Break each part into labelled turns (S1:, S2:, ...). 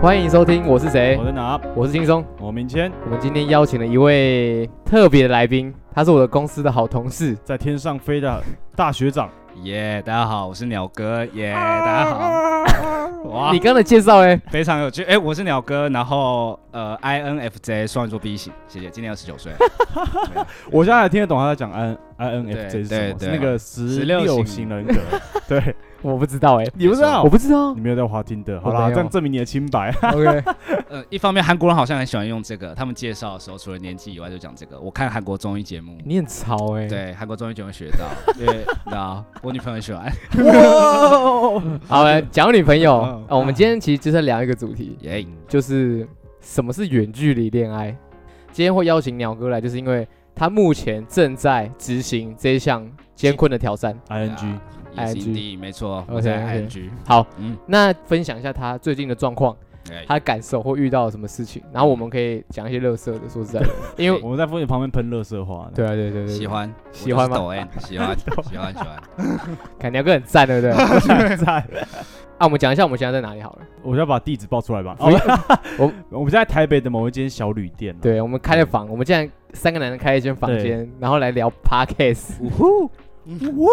S1: 欢迎收听，我是谁
S2: 我？在哪？
S1: 我是轻松。
S2: 我明谦
S1: 我们今天邀请了一位特别的来宾，他是我的公司的好同事。
S2: 在天上飞的大学长，
S3: 耶大家好，我是鸟哥，耶、大家好，哇
S1: 啊你，刚刚的介绍哎，
S3: 非常有趣，哎、我是鸟哥，然后呃，INFJ 双鱼座 B 型，谢谢，今年二十 九岁，
S2: 我现在还听得懂他在讲 I I N F
S3: 对
S2: J 是什
S3: 对
S2: 么，是那
S3: 对
S2: 个十六
S3: 16
S2: 型
S3: 型
S2: 人格。 对，
S1: 我不知道哎，
S2: 你不知道
S3: 哦
S1: 我，不知道
S2: 你。没有在滑听的。好
S1: 我没
S2: 啦，
S1: 有
S2: 这样证明你的清白。
S1: OK，
S3: 呃，一方面韩国人好像很喜欢用这个，他们介绍的时候除了年纪以外就讲这个，我看韩国综艺节目。
S1: 你很潮哎。
S3: 对，韩国综艺节目学到， 因为那我女朋友很喜欢，
S1: 好了，讲到女朋友
S3: 嗯
S1: 啊，我们今天其实就是要聊一个主题，
S3: 耶、
S1: 就是什么是远距离恋爱。今天会邀请鸟哥来，就是因为他目前正在执行这一项艰困的挑战。
S2: I
S3: 嗯
S2: N G，
S3: 也是
S1: ING
S3: D，没错，
S1: OK，
S3: 我在
S1: OK
S3: ING，
S1: 好，
S3: 嗯，
S1: 那分享一下他最近的状况，
S3: 哎
S1: 他的感受或遇到了什么事情，然后我们可以讲一些乐色的。说实在的，因为
S2: 我们在风景旁边喷乐色话。
S1: 对啊，对对对，
S3: 喜欢
S1: 喜欢吗
S3: 抖 N，喜欢喜欢喜欢，
S1: 看鸟哥很赞，对不 对？啊，
S2: 对，在，
S1: 我们讲一下我们现在在哪里好了。
S2: 我就要把地址报出来吧。
S1: 不
S2: 哦
S1: 要，
S2: 我我们现在台北的某一间小旅店。，啊
S1: 对，我们开了房，我们竟然三个男人开了一间房间，然后来聊 podcast。
S3: 呜呼，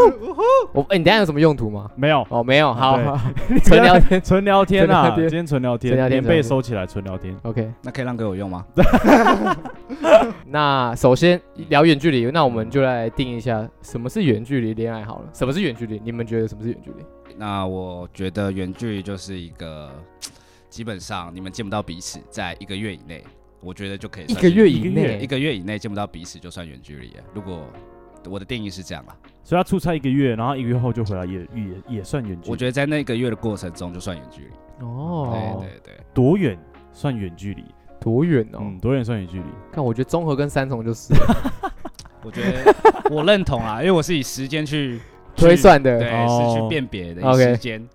S1: 我哎，你等一下有什么用途吗？
S2: 没有，
S1: 哦，没有，好，
S2: 对
S1: 好纯聊天。
S2: 纯聊天
S1: 纯
S2: 啊，
S1: 聊天
S2: 今天纯聊天，
S1: 纯聊天
S2: 棉被
S1: 纯聊天
S2: 收起来，纯聊天。
S1: OK，
S3: 那可以让给我用吗？
S1: 那首先聊远距离，那我们就来定一下什么是远距离恋爱好了。什么是远距离？你们觉得什么是远距离？
S3: 那我觉得远距离就是一个，基本上你们见不到彼此，在一个月以内，我觉得就可以
S1: 一
S3: 算
S1: 个
S3: 是
S1: 月以
S2: 一个月
S1: 内
S3: 一，个月以内见不到彼此就算远距离了。如果我的定义是这样啦，
S2: 所以他出差一个月，然后一个月后就回来，也也也算远距离。
S3: 我觉得在那个月的过程中就算远距离。
S1: 哦，
S3: 对对对，
S2: 多远算远距离？
S1: 多远哦？
S2: 嗯，多远算远距离？
S1: 看，我觉得综合跟三重 就是
S3: 我觉得我认同啊，因 为我是以时间去
S1: 推，算
S3: 去
S1: 的，
S3: 对，
S2: 哦
S3: 是去辨别的，以
S1: OK
S3: 时间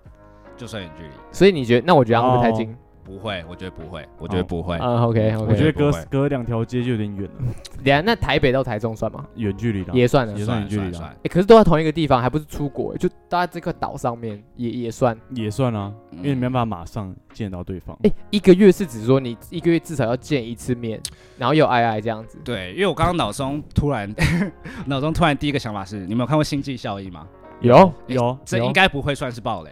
S3: 就算远距离。
S1: 所以你觉得？那我觉得他会不会太近？
S3: 不会，我觉得不会，我觉得
S2: 哦
S3: 不会。
S1: 嗯，OK
S2: 我觉
S1: OK。
S2: 得隔
S3: 不会
S2: 隔两条街就有点远了，
S1: 等下，那台北到台中算吗？
S2: 远距离了。
S1: 也算了。
S2: 也
S1: 哎
S2: 算
S3: 算
S2: 远距离
S3: 算
S2: 啦
S3: 算，
S1: 可是都在同一个地方，还不是出国，欸就大家这个岛上面也也算。
S2: 也算啊，因为你没办
S3: 法。
S2: 法马上见到对方。
S1: 哎，一个月是指说你一个月至少要见一次面，然后又爱爱这样子。
S3: 对，因为我刚刚脑中突然， 脑中突然第一个想法是，你们有看过《星际效应》吗？
S1: 有
S2: 有，
S3: 这
S1: 有
S3: 应该不会算是暴雷，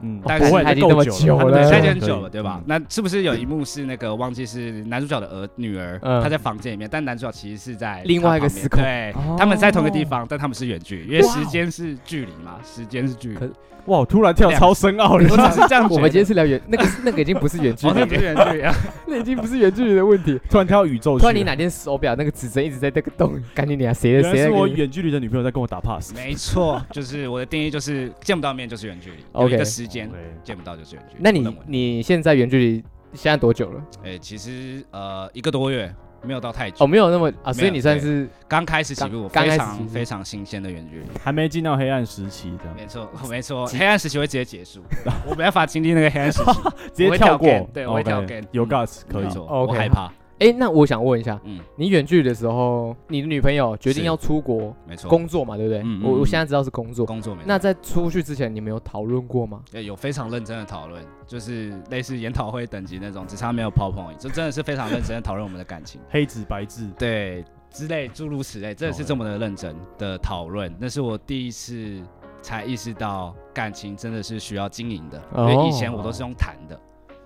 S2: 嗯，
S1: 但
S2: 不
S3: 是
S2: 会
S1: 他已经
S2: 够
S1: 那么
S2: 久
S1: 久
S3: 对，
S1: 了可
S2: 对嗯
S3: 现在已经
S1: 以
S3: 很久了，对吧？？那是不是有一幕是那个我忘记是男主角的儿女儿，
S1: 嗯
S3: 他在房间里面，但男主角其实是在
S1: 另外一个
S3: 他旁边
S1: 时空
S3: 对
S1: 哦，
S3: 他们在同一个地方，但他们是远距离，因为
S1: 哇哦
S3: 时间是距离嘛，时间是距离
S1: 可。
S2: 嗯哇，我突然跳超深奥
S3: 我
S2: 了
S3: 只。是这样觉得，
S1: 我们今天是聊 远，那个那个已经不是远距
S3: 哦那
S1: 离
S3: 已经
S1: 了，
S3: 是远距离啊，
S1: 那已经不是远距离的问题。
S2: 突然跳宇宙去了，
S1: 突然你哪天手表那个指针一直在那个动，赶紧你啊，谁
S2: 原
S1: 的
S2: 来
S1: 谁
S2: 是
S1: 的
S2: 我远距离的女朋友在跟我打 pass。
S3: 没错，就是我的定义就是见不到面就是远距离，有
S1: OK 哦
S3: 一个时间
S2: OK
S3: 见不到就是远距离。
S1: 那
S3: 我
S1: 你
S3: 认为
S1: 你现在远距离现在多久了？
S3: 哎，其实呃一个多月没有到太久
S1: 哦，，没有那么啊，所以
S3: 没有
S1: 你算是
S3: 刚开始起步，
S1: 刚刚
S3: 非
S1: 开始起
S3: 常
S1: 步
S3: 非常新鲜的远距离。
S2: 还没进到黑暗时期，这样
S3: 没 错，没错，黑暗时期会直接结束， 我没办法经历那个黑暗时 期。
S2: 直接跳过
S3: 我会跳 game，对我会
S2: OK，
S3: 跳 game
S2: 有 guts 可以
S3: 没。错，
S1: OK，
S3: 我害怕。
S1: 哎、那我想问一下，
S3: 嗯，
S1: 你远距离的时候，你的女朋友决定
S3: 是
S1: 要出国
S3: 没错，
S1: 工作嘛，对不对？
S3: 嗯嗯
S1: 我我
S3: 嗯
S1: 现在知道是工作。
S3: 工作没错。
S1: 那在出去之前，你们有讨论过吗？
S3: 对有非常认真的讨论，就是类似研讨会等级那种，只差没有 PowerPoint，就真的是非常认真的讨论我们的感情，
S2: 黑纸白字，
S3: 对之类诸如此类，真的是这么的认真的讨论。那是我第一次才意识到感情真的是需要经营的，因
S1: 哦
S3: 为以前我都是用谈的。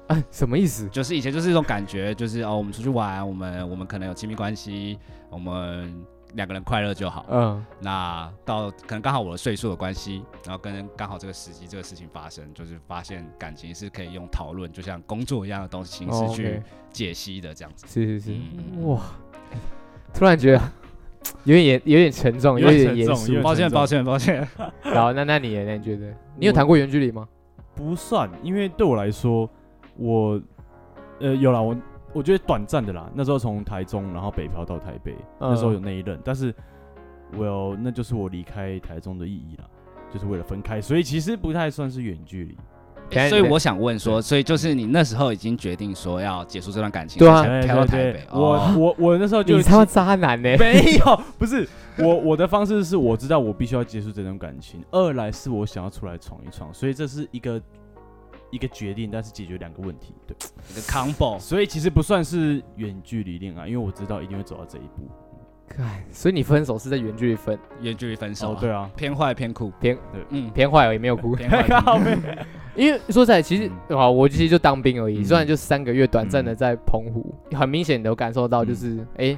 S1: 啊，什么意 思？
S3: 就是以前就是一种感觉，就是哦，我们出去玩，我们我们可能有亲密关系，我们两个人快乐就好。
S1: 嗯，
S3: 那到可能刚好我的岁数的关系，然后跟刚好这个时机这个事情发生，就是发现感情是可以用讨论，就像工作一样的东西形
S1: 哦
S3: 式
S1: OK
S3: 去解析的这样子。
S1: 是是是，
S3: 嗯
S1: 哇，突然觉得 有点严，有点沉重，
S2: 有点
S1: 点
S2: 沉
S1: 严
S2: 重
S1: 肃
S2: 有。
S3: 抱
S2: 很
S3: 歉，
S2: 重
S3: 抱歉，抱歉。
S1: 好，那那你呢那你觉得你有
S2: 我
S1: 谈过远距离吗？
S2: 不算，因为对我来说，我呃有啦，我我觉得短暂的啦。那时候从台中，然后北漂到台北，
S1: 嗯
S2: 那时候有那一任，但是我有，那就是我离开台中的意义啦，就是为了分开，所以其实不太算是远距离。
S1: 等下
S3: 所以我想问说，所以就是你那时候已经决定说要结束这段感情，
S1: 对啊
S2: 哎
S3: 才跳到台北。
S2: 我
S3: 哦
S2: 我我那时候就
S1: 你他妈渣男呢、
S2: 没有， 不是我我的方式是我知道我必须要结束这段感情，二来是我想要出来闯一闯，所以这是一个一个决定，但是解决两个问题，对。
S3: 一个 combo，
S2: 所以其实不算是远距离恋爱，因为我知道一定会走到这一步。
S1: 看，所以你分手是在远距离分，
S3: 远距离分手、
S2: 哦，对，啊，
S3: 偏坏偏酷，
S1: 偏
S3: 嗯，
S1: 偏坏而已，没有哭。
S3: 偏坏嗯偏酷
S1: 因为说实在，其实啊，我其实就当兵而已，
S2: 嗯
S1: 虽然就三个月短
S3: 嗯
S1: 暂的在澎湖，很明显的有感受到就是，哎，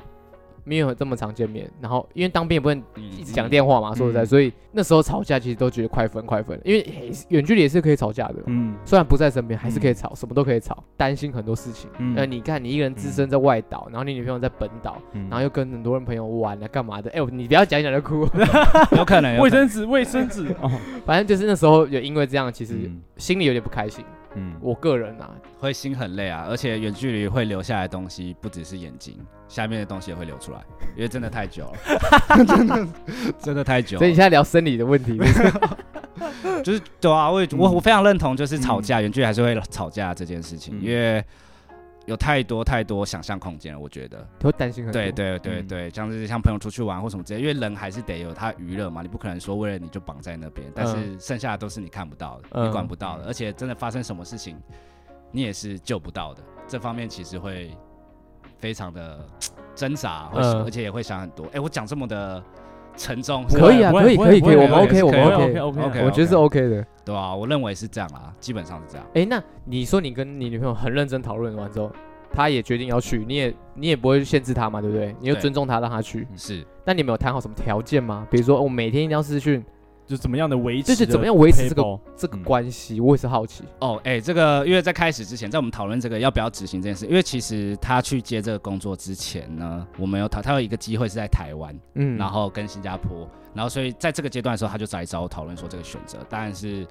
S1: 没有这么常见面，然后因为当兵也不能
S3: 嗯
S1: 一直讲电话嘛，说实在，所以那时候吵架其实都觉得快分快分，因为也是远距离也是可以吵架的，
S2: 嗯，
S1: 虽然不在身边，还是可以吵，什么都可以吵，担心很多事情。
S2: 嗯
S1: 那你看，你一个人自身在外岛，然后你女朋友在本岛，
S2: 然
S1: 然后又跟很多人朋友玩啊，干嘛的？哎、我你不要讲一讲就哭。
S3: 有可能有
S2: 卫
S3: 可能
S2: 生纸，卫生纸，哦，
S1: 反正就是那时候有因为这样，其实
S2: 嗯
S1: 心里有点不开心。
S2: 嗯，
S1: 我个人啊，
S3: 会心很累啊，而且远距离会留下来的东西不只是眼睛，下面的东西也会流出来，因为真的太久了，真的真的太久
S1: 所以你现
S3: 了。
S1: 在聊生理的问题，
S3: 就是对啊，我也我我非常认同，就是吵
S2: 嗯
S3: 架，远距离还是会吵架这件事情，
S2: 嗯
S3: 因为有太多太多想象空间了，我觉得。
S1: 都会担心很多。
S3: 对对对
S2: 嗯
S3: 对，像是像朋友出去玩或什么之类，因为人还是得有他娱乐嘛，你不可能说为了你就绑在那边，但是剩下的都是你看不到的，你
S1: 嗯
S3: 管不到的，而且真的发生什么事情，你也是救不到的。这方面其实会非常的挣扎，会
S1: 嗯
S3: 而且也会想很多。哎，我讲这么的沉重，
S2: 不
S1: 可
S2: 会
S1: 以啊，
S2: 不会
S1: 可以
S2: 不
S1: 可以
S2: 会
S1: 可以，
S2: 不
S1: 我们 OK，我
S2: 会
S3: 不会
S1: 们
S3: 不会
S1: OK，
S2: OK OK，
S3: OK，
S1: 我觉得是 OK 的。
S3: 对啊，我认为是这样啦，基本上是这样。
S1: 哎、那你说你跟你女朋友很认真讨论完之后，她也决定要去，你也你也不会限制她嘛，对不对？你就
S3: 对
S1: 尊重她，让她去。
S3: 是，
S1: 那你们有谈好什么条件吗？比如说，我、每天一定要视讯，
S2: 就怎么样的维持
S1: 就是
S2: 的 table，
S1: 怎么样维持这个这个
S2: 嗯
S1: 关系，我也是好奇。
S3: 哦，哎、这个因为在开始之前，在我们讨论这个要不要执行这件事，因为其实他去接这个工作之前呢，我们有讨，他有一个机会是在台湾，
S1: 嗯
S3: 然后跟新加坡，然后所以在这个阶段的时候，他就来找我讨论说这个选择，当然是。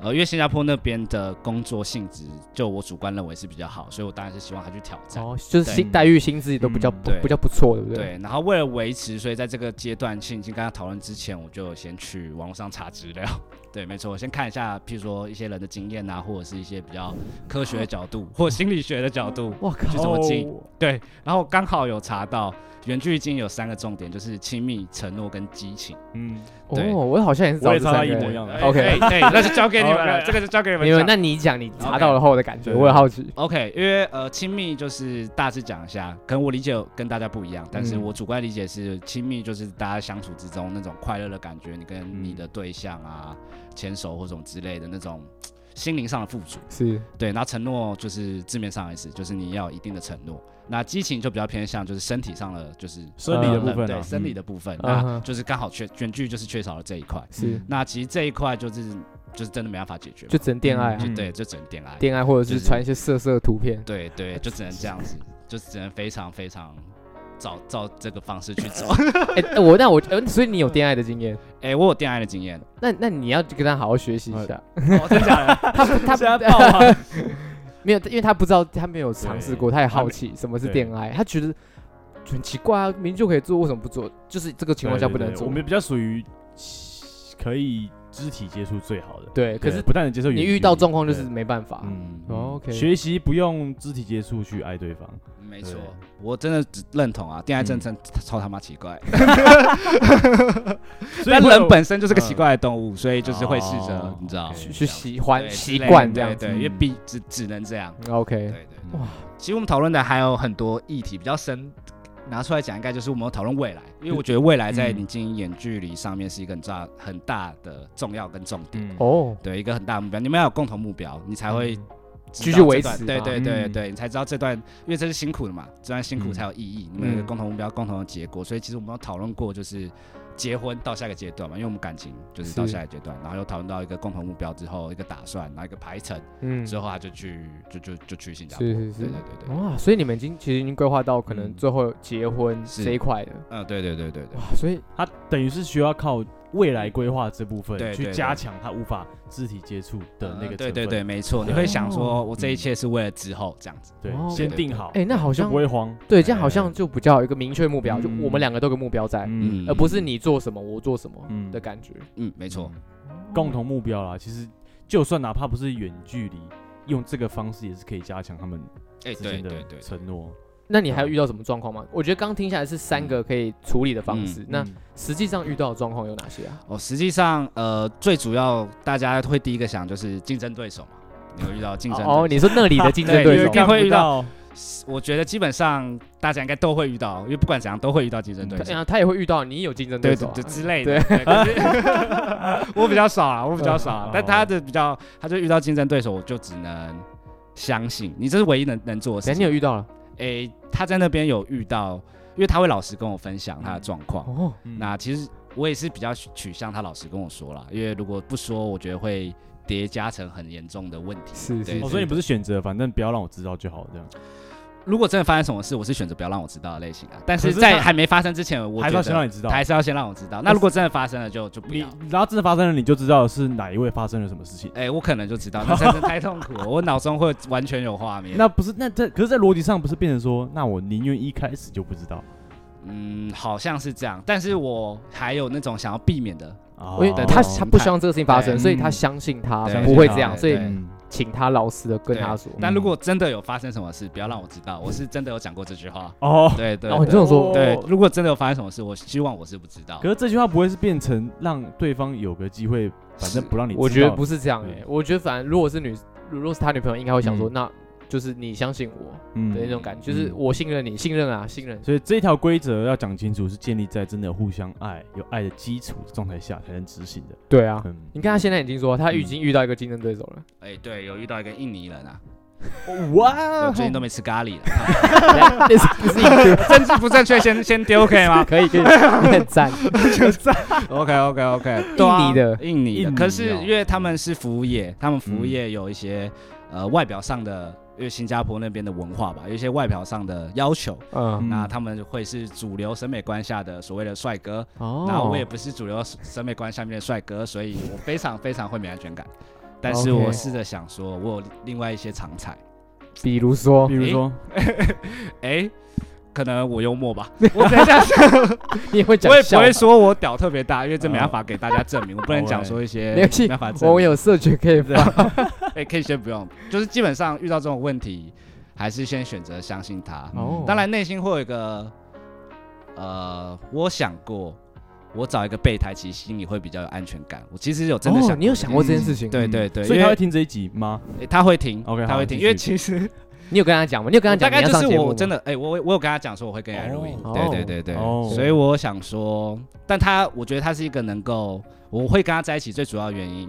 S3: 呃，因为新加坡那边的工作性质，就我主观认为是比较好，所以我当然是希望他去挑战。
S1: 哦，就是
S3: 对
S1: 薪待遇、薪资也都比较
S2: 嗯
S1: 不
S3: 对
S1: 比较不错，对不对？
S3: 对，然后为了维持，所以在这个阶段性已经跟他讨论之前，我就先去网络上查资料。对，没错，我先看一下，譬如说一些人的经验啊，或者是一些比较科学的角度，或心理学的角度。
S1: 哇靠！
S3: 就这么近
S2: 哦
S3: 对，然后刚好有查到远距离经营有三个重点，就是亲密、承诺跟激情。
S2: 嗯，
S3: 对
S1: 哦，我好像也是找
S2: 我也
S1: 这
S2: 查到
S1: 三
S2: 一
S1: 个
S2: 模
S1: 欸
S2: 一样的
S3: 哎
S1: OK
S3: 哎哎那就交给你们 了，这个就交给你们
S1: 没有，
S3: 讲。
S1: 那你讲你查
S3: OK
S1: 到了后的感觉，
S2: 对对
S1: 我也好奇。
S3: OK，因为呃，亲密就是大致讲一下，可能我理解有跟大家不一样，但是
S1: 嗯
S3: 我主观理解是亲密就是大家相处之中那种快乐的感觉，你跟
S2: 嗯
S3: 你的对象啊牵手或什么之类的那种嘖心灵上的富足。
S2: 嗯
S1: 是，
S3: 对，那承诺就是字面上的意思，就是你要有一定的承诺。那激情就比较偏向就是身体上的，就是呃
S2: 生理的部分啊
S3: 对
S2: 嗯
S3: 生理的部分，
S1: 嗯
S3: 那
S1: 哼
S3: 就是刚好缺卷距就是缺少了这一块。
S1: 是
S3: 那其实这一块就是就是真的没办法解决嘛，
S1: 就只能恋爱啊
S3: 就
S2: 嗯
S3: 对，就只能点来。
S1: 恋爱，或者
S3: 就是是
S1: 传一些色色的图 片。
S3: 对对，就只能这样子，就只能非常非常照照这个方式去走。
S1: 哎，那我那我，呃所以你有恋爱的经验，
S3: 哎、我有恋爱的经验，
S1: 那那你要跟他好好学习一 下。
S2: 哦真假的？
S1: 他不他
S2: 现在爆啊
S1: 没有，因为他不知道，他没有尝试过，
S2: 对
S1: 他也好奇什么是恋爱，他觉得很奇怪啊，明明就可以做，为什么不做？就是这个情况下
S2: 对
S1: 不
S2: 对
S1: 能
S2: 对
S1: 做
S2: 我。们比较属于可以肢体接触最好的，
S1: 对，可
S2: 对
S1: 是
S2: 不但能接受远
S1: 你
S2: 距离，
S1: 遇到状况就
S2: 对
S1: 是没办法。
S2: 嗯
S1: 哦 OK
S2: 学习不用肢体接触去爱对方，
S3: 没
S2: 对
S3: 错，我真的只认同啊，恋爱真的真超他妈奇怪。
S2: 所
S3: 但
S2: 以会有
S3: 人本身就是个奇
S2: 嗯
S3: 怪的动物，所以就是会试着
S2: 哦，
S3: 你知道，
S2: OK
S1: 去去喜欢
S3: 对
S1: 习
S3: 之类
S1: 惯
S3: 的
S1: 这样子。
S3: 对，对因为
S2: 嗯
S3: 必只只能这样。对
S1: OK，
S3: 对
S2: 哇
S3: 哇，其实我们讨论的还有很多议题比较深。拿出来讲，应该就是我们有讨论未来，因为我觉得未来在
S2: 嗯
S3: 你经营远距离上面是一个很大很大的重要跟重点，
S2: 嗯
S1: 哦，
S3: 对一个很大的目标。你们要有共同目标，你才会
S1: 嗯继
S3: 知
S1: 续
S3: 道
S1: 维
S3: 这段
S1: 持
S3: 对
S1: 嘛
S3: 对对
S2: 嗯
S3: 对，你才知道这段，因为这是辛苦的嘛，这段辛苦
S2: 嗯
S3: 才有意义。你们有一个
S1: 嗯
S3: 共同目标、共同的结果，所以其实我们有讨论过，就是结婚到下一个阶段嘛，因为我们感情就是到
S1: 是
S3: 下一个阶段，然后又讨论到一个共同目标之后，一个打算，然后一个排程
S1: 嗯，
S3: 之后，他就去就就就去新加坡。
S1: 是是
S3: 对
S1: 是
S3: 对，对对，
S1: 哇，所以你们已经其实已经规划到可能
S2: 嗯
S1: 最后结婚
S3: 是
S1: 这一块的，
S3: 嗯，对对对对
S2: 哦
S3: 对
S1: 哇，所以
S2: 他等于是需要靠未来规划这部分
S3: 对
S2: 去
S3: 对
S2: 加强他无法肢体接触的那个
S3: 嗯
S2: 成分，
S3: 对对对，没错，你
S2: 对
S3: 会想说，
S1: 哦
S3: 我这一切是为了之后这样子。
S2: 对
S1: 哦
S2: 先
S3: 对
S2: 定好，
S1: 哎，那好
S2: 就
S1: 像
S2: 不会慌，
S1: 对，这样好像
S2: 哎
S1: 就比较有一个明确目标，就
S2: 嗯
S1: 我们两个都有个目标在，
S2: 嗯
S1: 而不是，你做什么我做什么
S2: 嗯
S1: 的感觉。
S3: 嗯，没错，，
S2: 共同目标啦。其实就算哪怕不是远距离，用这个方式也是可以加强他们
S3: 哎，
S2: 之
S3: 对
S2: 间
S3: 对
S2: 嗯的
S3: 对，
S2: 承诺
S1: 那你还
S3: 啊
S1: 有遇到什么状况吗？我觉得刚听下来是三
S3: 嗯
S1: 个可以处理的方式，那
S2: 嗯
S1: 实际上遇到的状况有哪些啊？
S3: 哦，实际上，呃，最主要大家会第一个想就是竞争对手嘛，你会遇到竞争对手
S1: 哦，你说那里的竞争
S3: 对
S1: 对
S2: 因为
S1: 手
S3: 看
S2: 看
S3: 不
S2: 不到，
S3: 我觉得基本上大家应该都会遇到，因为不管怎样都会遇到竞争对
S1: 他
S3: 手，
S1: 啊，他也会遇到你有竞争
S3: 对
S1: 对手
S3: 对
S1: 啊、
S3: 对之类的。对可是 我比较少啊，我比较少啊
S2: 嗯，
S3: 但他的比较，他就遇到竞争对手，我就只能相信你，这是唯一能能做的
S1: 谁
S3: 事
S1: 你有
S3: 情。
S1: 遇到了？
S3: 诶，他在那边有遇到，因为他会老实跟我分享他的状况。
S1: 哦，
S2: 嗯
S3: 那其实我也是比较取向他老实跟我说啦，因为如果不说，我觉得会叠加成很严重的问题。
S1: 是
S3: 对哦
S1: 是，
S2: 我
S1: 是
S2: 说你不是选择，反正不要让我知道就好，这样。
S3: 如果真的发生什么事，我是选择不要让我知道的类型啊。但
S2: 可
S3: 是
S2: 是
S3: 在
S2: 他
S3: 还没发生之前，我
S2: 还是
S3: 觉
S2: 要
S3: 得
S2: 先让你知道。
S3: 还是要先让我知道。那如果真的发生了就，就不
S2: 你
S3: 要。
S2: 然后真的发生了，你就知道是哪一位发生了什么事情。
S3: 哎、我可能就知道，那真是太痛苦了，我脑中会完全有画面。
S2: 那不是那这可是，在逻辑上不是变成说，那我宁愿一开始就不知道
S3: 嗯，好像是这样，但是我还有那种想要避免的，
S2: 啊
S1: 因为他他不希望这个事情发生，
S3: 哦对
S1: 所以他相信他
S3: 对
S1: 不会这样，
S3: 对
S1: 所以
S3: 对
S2: 嗯
S1: 请他老实的跟
S3: 对
S1: 他说。
S3: 但如果真的有发生什么事，不要让我知道，我是真的有讲过这句话。
S2: 哦，
S3: 对对
S1: 然 后你
S3: 对
S1: 这种说，
S3: 对，如果真的有发生什么事，我希望我是不知道
S2: 可。是这句话不会是变成让对方有个机会，反正不让你知道。
S1: 我觉得不是这样哎
S3: 嗯
S2: 对，
S1: 我觉得反正如果是女，如果是他女朋友，应该会想说，
S2: 嗯
S1: 那就是你相信我
S2: 嗯
S1: 的那种感觉，就是
S2: 嗯
S1: 我信任你，信任啊，信任。
S2: 所以这条规则要讲清楚，是建立在真的互相爱、有爱的基础的状态下才能执行的。
S1: 对啊，
S2: 嗯，
S1: 你看他现在已经说
S3: 嗯
S1: 他已经遇到一个竞争对手了，
S3: 哎、对，有遇到一个印尼人啊，
S2: 哇
S3: 我最近都没吃咖喱了。
S1: 那是不是一个
S3: 政治不正确先先丢 OK 吗
S1: 可以可以，你很赞，
S3: ？OK OK OK，
S1: 印尼的
S3: 啊
S1: 嗯
S3: 印尼
S2: 印
S3: 的，
S2: 尼
S3: 可是
S2: 哦
S3: 因为他们是服务业，他们服务业有一些、呃外表上的，因为新加坡那边的文化吧，有一些外表上的要求。
S1: 嗯，
S2: 嗯
S3: 那啊他们会是主流审美观下的所谓的帅哥，
S1: 哦
S3: 那我也不是主流审美观下面的帅哥，所以我非常非常会没安全感。但是
S1: OK
S3: 我试着想说，我有另外一些长才，
S1: 比 如说
S2: 比如说，
S3: 哎、可能我幽 默吧，我等一下
S1: 你也会讲
S3: 我也不
S1: 笑
S3: 会
S1: 话，嗯
S3: 说我屌特别大，因为这没办法给大家证明，我不能讲说一些
S1: 没关系
S3: 没办法证
S1: 我们
S3: 明。
S1: 有社群可以发，
S3: 哎，可以先不用，就是基本上遇到这种问题，还是先选择相信他。
S1: 哦
S3: 当然内心会有一个，呃，我想过，我找一个备胎，其实心里会比较有安全感。我其实有真的想嗯
S1: 哦
S3: 过，
S1: 你有想过这件事情？
S3: 对对对，
S2: 所以
S3: 因
S2: 他会
S3: 为
S2: 听这一集吗？
S3: 诶他会停
S2: OK，
S3: 他
S2: 好
S3: 会
S2: 继
S3: 停，
S2: 续
S3: 因为其实
S1: 你有跟他讲吗？你有跟他
S3: 大
S1: 讲？
S3: 概
S1: 你
S3: 就
S1: 要上
S3: 是
S1: 节目
S3: 我
S1: 吗
S3: 真的，哎，我我有跟他讲说我会跟艾如影，
S1: 哦
S3: 对对对对，
S2: 哦
S3: 所以我想说，但他我觉得他是一个能够，我会跟他在一起最主要原因。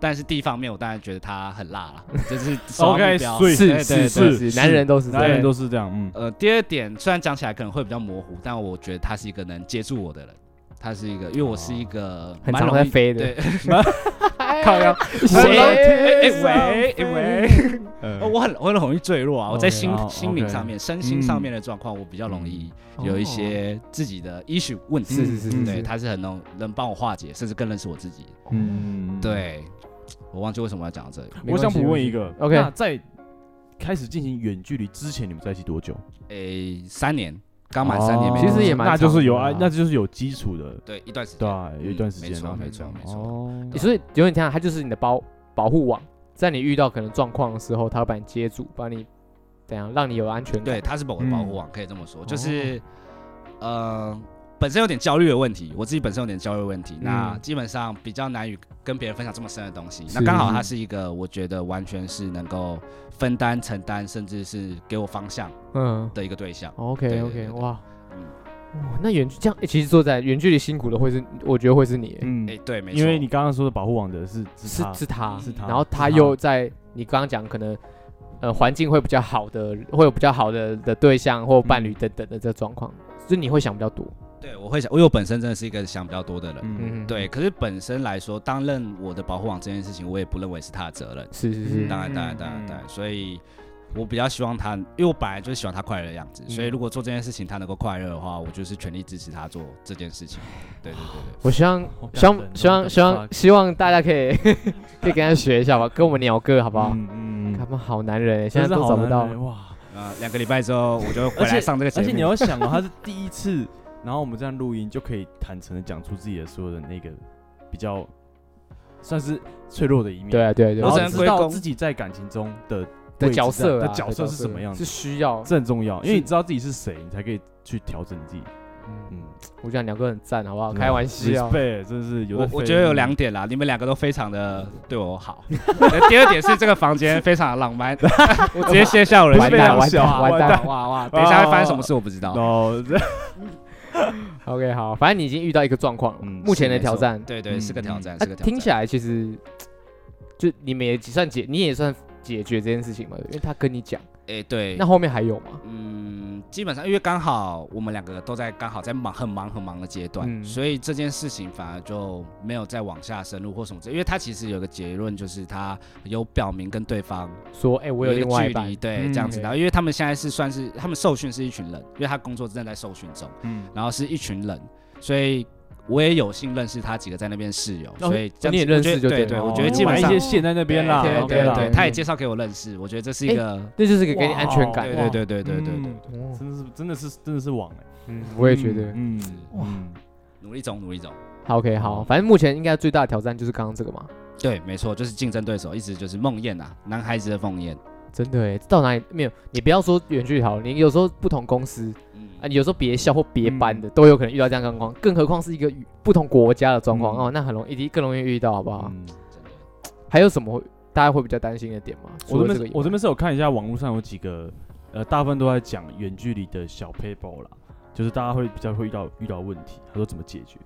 S3: 但是地方面，我当然觉得他很辣了，这是首要目
S2: OK，
S3: 标
S2: 所以
S3: 对
S1: 是
S3: 对
S1: 是
S3: 对
S1: 是是，男人都是这
S2: 男
S1: 样
S2: 人。都是这样，嗯，
S3: 呃，第二点虽然讲起来可能会比较模糊，但我觉得他是一个能接住我的人，他是一个，因为我是一个
S1: 哦很
S3: 蛮
S1: 常
S3: 容
S1: 在
S3: 易
S1: 飞的
S3: 对，
S1: 靠呀，谁？
S3: 哎喂哎喂，
S2: 呃
S3: 哦我很我很容易坠落啊，我在
S1: 哦 OK，嗯
S3: 心
S2: 好
S3: 心灵
S2: OK
S3: 上面、身心上面的状况，我比较容易
S1: 哦
S3: 有一些自己的 issue 问题，
S1: 是是是是
S3: 对，
S1: 是
S3: 他是很能能帮我化解，甚至更认识我自己。
S2: 嗯，
S3: 对，我忘记为什么要讲到这里。
S1: 没
S2: 我
S1: 关系
S2: 想补问一个
S1: OK
S2: 那在开始进行远距离之前，你们在一起多久？
S3: 诶、三年，刚满三年
S2: 哦
S3: 没
S1: 其
S3: 见，
S1: 实也蛮
S2: 那
S1: 长的
S2: 就是有爱
S1: 啦，
S2: 那就是有基础的，
S3: 对一段时
S2: 对
S3: 间。
S2: 啊，有一段时间
S3: 没错
S2: 然后
S3: 没
S2: 才
S3: 错
S2: 这样
S3: 没错
S2: 哦
S1: 所以有点像，它就是你的保保护网，在你遇到可能状况的时候，它会把你接住，把你怎样，让你有安全感。
S3: 对，他是我的保护
S2: 嗯
S3: 网，可以这么
S2: 哦
S3: 说，就是，呃，本身有点焦虑的问题，我自己本身有点焦虑的问题，那
S1: 嗯
S3: 基本上比较难与跟别人分享这么深的东西。那
S1: 是
S3: 刚好他是一个，我觉得完全是能够分担、承担，甚至是给我方向
S1: 嗯
S3: 的一个对象。
S2: 哦
S1: ，OK
S3: 对对
S1: OK，
S3: 对
S1: 哇，
S3: 嗯，
S1: 哇，那远距这样，欸其实说实在远距离辛苦的会是，我觉得会是你，欸
S2: 嗯
S3: 哎，，对，没错，
S2: 因为你刚刚说的保护网的是
S1: 是
S2: 他
S1: 是他
S2: 是，他
S1: 然后他
S2: 是他
S1: 又在你刚刚讲可能。呃，环境会比较好的，会有比较好的的对象或伴侣
S2: 嗯
S1: 等等的这状况，所以你会想比较多。
S3: 对我会想，因为我本身真的是一个想比较多的人。
S2: 嗯，
S1: 嗯，
S3: 对，可是本身来说，担任我的保护网这件事情，我也不认为是他的责任。
S1: 是是是
S2: 嗯
S3: 当然，当然，当然，当然，所以我比较希望他，因为我本来就是喜欢他快乐的样子，
S2: 嗯
S3: 所以如果做这件事情他能够快乐的话，我就是全力支持他做这件事情。对对对
S1: 我希望
S2: 好
S1: 希
S2: 感人
S1: 望
S2: 哦
S1: 希望
S2: What the
S1: 希望
S2: fuck
S1: 希望大家可以 可以跟他学一下吧，跟我们鸟哥好不好？
S2: 嗯嗯
S1: 他
S2: 嗯，
S1: 们好男人欸，现在
S2: 真是
S1: 都
S2: 好
S1: 找不
S2: 难
S1: 到
S2: 欸。哇，
S3: 对，啊，两个礼拜之后我就回
S2: 而且
S3: 来上这个节
S2: 而
S3: 目。
S2: 且你要想哦，他是第一次，然后我们这样录音就可以坦诚的讲出自己的所有的那个比较算是脆弱的一面，
S1: 对，啊对啊对
S2: 然
S1: 啊，
S3: 我
S2: 后
S3: 只能
S2: 知
S3: 归
S2: 道
S3: 功
S2: 自己在感情中的
S1: 的
S2: 位置
S1: 角色
S2: 的
S1: 啊
S2: 角色是什么样
S1: 是
S2: 子，
S1: 需要
S3: 哦
S2: 这很重要，因
S1: 是
S2: 为你知道自己是谁，你才可以去调整你自己
S1: 嗯，
S2: 嗯，啊
S1: 我觉得两个很赞，好不好？开玩笑，
S2: ，respect，真是有
S3: 我
S2: 在
S3: 我
S2: 废
S3: 觉得有
S2: 物
S3: 两点啦，你们两个都非常的对 我好。呃第二点是这个房间非常的浪漫，我 直接卸下我的
S1: 完
S3: 心
S1: 蛋，
S3: 态。
S1: 完
S2: 小
S1: 蛋，
S2: 完
S1: 完
S2: 蛋
S1: 蛋
S3: 哇哇， 等一下会发生什么事我不知道。
S2: 哦，这
S1: OK，好，反正你已经遇到一个状况了，
S2: 嗯
S1: 目前的
S3: 是没错
S1: 挑战，
S3: 对对，
S2: 嗯
S3: 是个挑战，
S1: 啊
S3: 是个挑战。
S1: 听起来其实就你们也算解，你也算解决这件事情嘛，因为他跟你讲，
S3: 哎，对
S1: 那，后面还有吗？
S3: 嗯，基本上因为刚好我们两个都在刚好在忙很忙很忙的阶段，
S1: 嗯
S3: 所以这件事情反而就没有再往下深入或什么之类。因为他其实有个结论，就是他有表明跟对方
S1: 说，哎、我有
S3: 一个
S1: 另外一
S3: 距
S1: 半
S3: 离，，对，
S1: 嗯
S3: 这样子。
S1: OK
S3: 然后因为他们现在是算是他们受训是一群人，因为他工作正在受训中，
S2: 嗯，
S3: 然后是一群人，所以我也有幸认识他几个在那边室友，所以这样子
S1: 哦你也认识
S3: 我觉得
S1: 就
S3: 对
S1: 对
S3: 对，
S1: 了
S3: 我
S2: 哦
S3: 觉得
S2: 你
S3: 基本
S2: 埋
S3: 上
S2: 一些线在那边啦
S3: 对
S1: 对
S2: ，OK
S3: 对
S2: 啦，
S3: 对，
S1: OK
S3: 他也介绍给我认识，我觉得这是一个。
S1: 这就是给给你安全感，
S3: 对
S2: 哎
S1: 哇
S3: 对对对对对对，
S2: 嗯
S1: 哦
S2: 真的是真的是真的是网哎，
S1: 嗯，我也觉得。
S2: 嗯，
S1: 哇
S2: 嗯，
S3: 努力中，努力中。
S1: 好，OK，好，
S3: 嗯
S1: 反正目前应该最大的挑战就是刚刚这个嘛，
S3: 对，没错，就是竞争对手，一直就是梦魇啊，男孩子的梦魇。
S1: 真的哎，到哪里没有？你不要说远距离好，你有时候不同公司
S3: 嗯，
S1: 啊，你有时候别校或别
S2: 嗯
S1: 班的、都有可能遇到这样的状况，更何况是一个与不同国家的状况、
S2: 嗯
S1: 哦，那很容易，一定更容易遇到，好不好？
S2: 嗯
S3: 真的
S1: 还有什么会大家会比较担心的点吗？
S2: 我
S1: 除
S2: 这
S1: 了个以
S2: 边
S1: 外
S2: 我这边是有看一下网络上有几个，呃，大部分都在讲远距离的小 paper 啦，就是大家会比较会遇到遇到问题，他说怎么解决？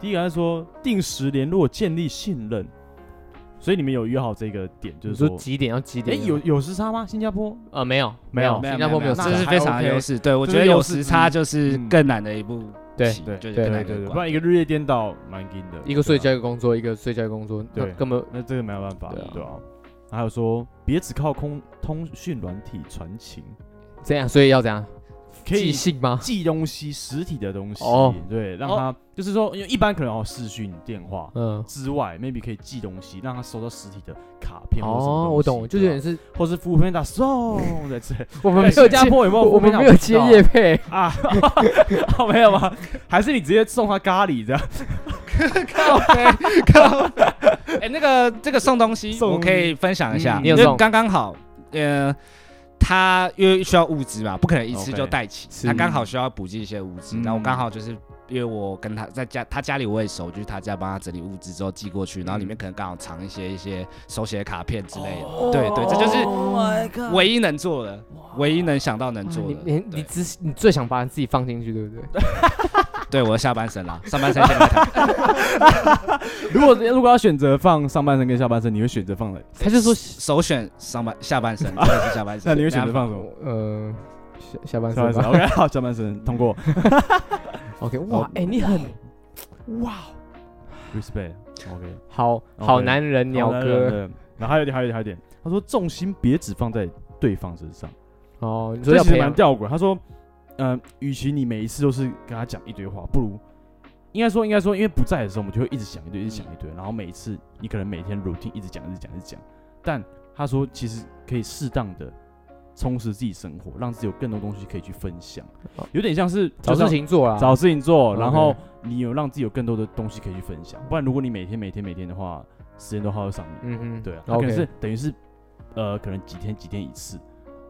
S2: 第一个他说定时联络建立信任，所以你们有约好这个点，就
S1: 你
S2: 是
S1: 说
S2: 说，
S1: 几点要几
S2: 哎、
S1: 点要？
S2: 有有时差吗？新加坡？
S1: 呃没有
S2: 没有
S1: 有，新加坡没
S3: 有，
S1: 有
S2: 没
S1: 时
S2: 有没
S3: 这
S2: 有
S3: 是
S1: 差，
S3: 非常
S2: 还
S3: 的
S2: OK
S3: 优势。对，我
S2: 就
S3: 觉
S2: 是
S3: 得
S2: 有
S3: 有
S2: 时
S3: 时差
S2: 差
S3: 就是
S2: 嗯
S3: 更难的一步
S1: 对
S3: 棋
S2: 对
S3: 就是
S1: 对
S3: 更
S2: 对
S3: 难
S2: 对
S3: 的
S2: 对，
S3: 一
S2: 不
S3: 关。
S2: 然一个日夜颠倒蛮硬的，
S1: 一个睡
S2: 对
S1: 觉
S2: 啊
S1: 一个工作，一个睡觉一个工作，那
S2: 对
S1: 根本
S2: 那这个没有办法，
S1: 对
S2: 对
S1: 啊
S2: 啊。还有说，别只靠空通讯软体传情，
S1: 这样，所以要怎样
S2: 可以
S1: 寄信吗？
S2: 寄东西，实体的东西，
S1: 哦
S2: 对，让他、就是说，因为一般可能哦视讯电话
S1: 嗯，
S2: 之外，maybe 可以寄东西，让他收到实体的卡片或者什么东
S1: 哦，
S2: 西
S1: 我懂，就是有
S2: 对
S1: 点
S2: 啊
S1: 是
S2: 或是服务平台送在 这，哎
S1: 我们没有
S2: 新加
S1: 接，
S2: 坡有没有
S1: 我
S2: 服务
S1: 我
S2: 平
S1: 们
S2: 台？
S1: 没有接
S2: 我不知道
S1: 叶配，
S2: 啊， 哦没有吗？还是你直接送他咖喱这样？
S3: 靠 背靠背， 哎，那个这个送东西，
S2: 送
S3: 我
S2: 东西
S3: 可以分享一下，
S1: 嗯你有
S3: 因为
S1: 送
S3: 刚刚好，呃。他因为需要物资嘛，不可能一次
S2: OK
S3: 就带齐。
S1: 是
S3: 他刚好需要补给一些物资，
S2: 嗯
S3: 那、我刚好就是因为我跟他在家，他家里我也熟，就是他家帮他整理物资之后寄过去，然后
S1: 嗯
S3: 里面可能刚好藏一些一些手写卡片之类的。对对，这就是唯一能做的，唯一能想到能做
S1: 嗯你
S3: 的。
S1: 你你
S3: 对
S1: 只你最想把你自己放进去，对不对？
S3: 对我的下半身啦，上半身先来看。
S2: 如果如果要选择放上半身跟下半身，你会选择放哪？
S1: 他就说
S3: 首选上半下半身，真的是下半身。啊
S2: 那你会选择放什么？
S1: 呃下下半身
S2: 下 半身
S1: 吧。
S2: ，OK，好，下半身通过
S1: OK，哇
S2: 好，
S1: 哎，你很
S2: ，respect，OK，
S1: 好
S2: OK，
S1: 好男人鸟
S2: 好的
S1: 哥，
S2: 对然后还有一点，还有一点，还有一点，他说重心别只放在对方身上，
S1: 哦，你说
S2: 这
S1: 要
S2: 其实
S1: 培
S2: 蛮
S1: 养
S2: 吊诡。他说，嗯，与其你每一次都是跟他讲一堆话，不如应该说，应该说，因为不在的时候，我们就会一直想一堆，一直想一
S1: 嗯
S2: 堆，然后每一次你可能每天 routine 一直讲，一直讲，一直讲，但他说其实可以适当的充实自己生活，让自己有更多东西可以去分享
S1: 哦，
S2: 有点像是
S1: 找
S2: 就像
S1: 事情做啦，啊
S2: 找事情做，
S1: OK
S2: 然后你有让自己有更多的东西可以去分享。不然如果你每天每天每天的话，时间都耗在上面。
S1: 嗯哼，
S2: 对啊，它可能是
S1: ，OK，
S2: 等于是呃，可能几天几天一次。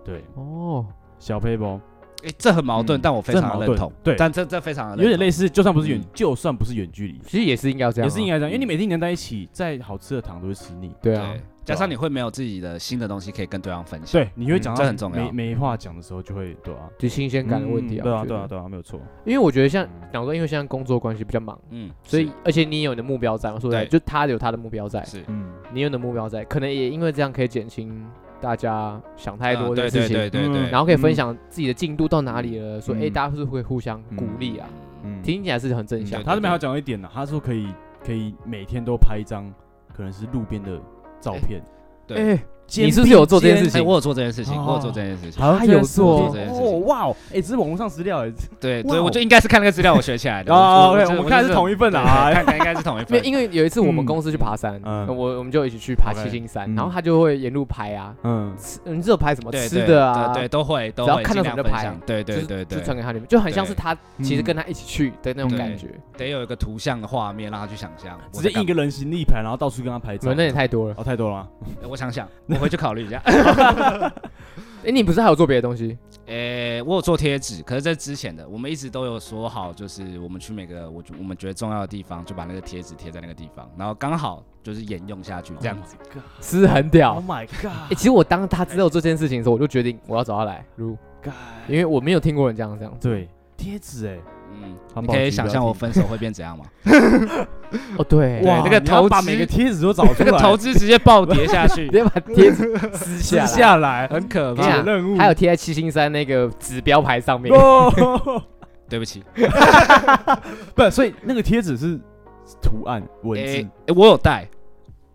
S2: 对，
S1: 哦，
S2: 小 paper
S3: 诶这很矛盾，
S2: 嗯
S3: 但我非
S2: 这
S3: 常
S2: 很矛
S3: 的
S2: 盾
S3: 认同。
S2: 对
S3: 但这这非常的
S2: 有点类似，就算不是远
S3: 嗯，
S2: 就算不是远距离，
S1: 其实也是应该要这样
S2: 也
S1: 啊，
S2: 是应该这样，因为你每天黏在一起，再好吃的糖都会吃腻。
S1: 对
S3: 对
S1: 啊，
S3: 加上你会没有自己的新的东西可以跟对方分享。
S2: 对，你会讲
S3: 嗯
S2: 到
S3: 这很重要
S2: 没没话讲的时候就会对啊，
S1: 就新鲜感的问题
S2: 嗯
S1: 啊，
S2: 对啊，
S1: 我觉
S2: 对
S1: 得
S2: 啊，对啊，没有错。
S1: 因为我觉得像
S2: 嗯
S1: 讲说，因为现在工作关系比较忙，
S3: 嗯，
S1: 所以而且你也有你的目标在嘛，说的
S3: 对
S1: 就他有他的目标在，
S3: 是是
S2: 嗯，
S1: 你有你的目标在，可能也因为这样可以减轻大家想太
S3: 嗯
S1: 多的
S3: 对
S1: 事
S3: 对
S1: 情，
S3: 对对
S2: 嗯
S3: 对。
S1: 然后可以分
S2: 嗯
S1: 享自己的进度到哪里了，说
S2: 嗯
S1: 哎，大家是不是会互相鼓励啊，
S2: 嗯
S1: 听起来是很正
S3: 嗯
S1: 向的。
S2: 他这边还有讲到一点呢，他说可以可以每天都拍一张，可能是路边的照片。
S3: 对
S1: 哎，你是不是有做这件事
S3: 哎，
S1: 情？
S3: 我有做这件事情，
S2: 哦
S3: 我有做这件事情。
S2: 好
S1: 他有做
S3: 这件事情
S2: 哦，哇哦，哎，这是网络上资料哎，
S3: 对
S2: 哇
S3: 对，
S2: 哦
S3: 我就应该是看那个资料，我学起来的。
S2: 哦
S3: 我
S2: OK，
S3: 就
S2: 我们看
S3: 就是
S2: 同一份啊
S3: 对对看看应该是同一
S1: 没
S3: 份
S1: 有，。因为有一次我们
S2: 嗯
S1: 公司去爬山，
S2: 嗯
S1: 我我们就一起去爬
S2: OK，
S1: 七星山，
S2: 嗯
S1: 然后他就会沿路拍啊，
S2: 嗯，
S1: 吃你知道拍什么
S3: 对
S1: 吃
S3: 对
S1: 的啊，
S3: 对对，都会都
S1: 只要
S3: 会
S1: 看到
S3: 尽
S1: 什么
S3: 量
S1: 就
S3: 分
S1: 拍
S3: 享。对
S1: 就
S3: 对
S1: 是
S3: 对
S1: 就
S3: 对，
S1: 传给他里面，就很像是
S3: 对
S1: 他其实跟他一起去的那种
S2: 嗯
S3: 对
S1: 感觉，
S3: 得有一个图像的画面让他去想象。
S2: 直接印一
S3: 个，
S2: 个人形立牌，然后到处跟他拍照
S1: 可
S3: 呃
S1: 能。那也太多了。
S2: 哦，太多了吗。
S3: 我想想，我回去考虑一下。
S1: 哎，你不是还有做别的东西？
S3: 诶、我有做贴纸，可是这之前的，我们一直都有说好，就是我们去每个我觉我们觉得重要的地方，就把那个贴纸贴在那个地方，然后刚好就是沿用下去这样子。
S2: 哦
S1: 是很屌。
S2: Oh my
S1: 哎、
S2: god！
S1: 其实我当他知道这件事情的时候，我就决定我要找他来录，因为我没有听过人这样这样。
S2: 对，贴纸哎，
S3: 嗯，
S2: 环
S3: 你
S2: 保
S3: 可
S2: 局
S3: 以想
S2: 不要
S3: 象我
S2: 停
S3: 分手会变怎 样吗？
S1: 哦， 对，
S3: 哇那个
S2: 你要
S3: 投
S2: 把
S3: 资
S2: 每个贴纸都找 出
S3: 这
S2: 来，
S3: 个投资直接暴跌下去
S1: 直，接把贴纸撕
S2: 撕
S1: 下来，
S2: 下来，
S3: 很
S1: 等
S3: 可
S1: 一
S3: 怕
S1: 下。
S2: 任务
S1: 还有贴在七星山那个指标牌上面。
S2: 哦，
S3: 对不起，
S2: 不，所以那个贴纸是图案文
S3: 诶、
S2: 字。
S3: 诶我有 带，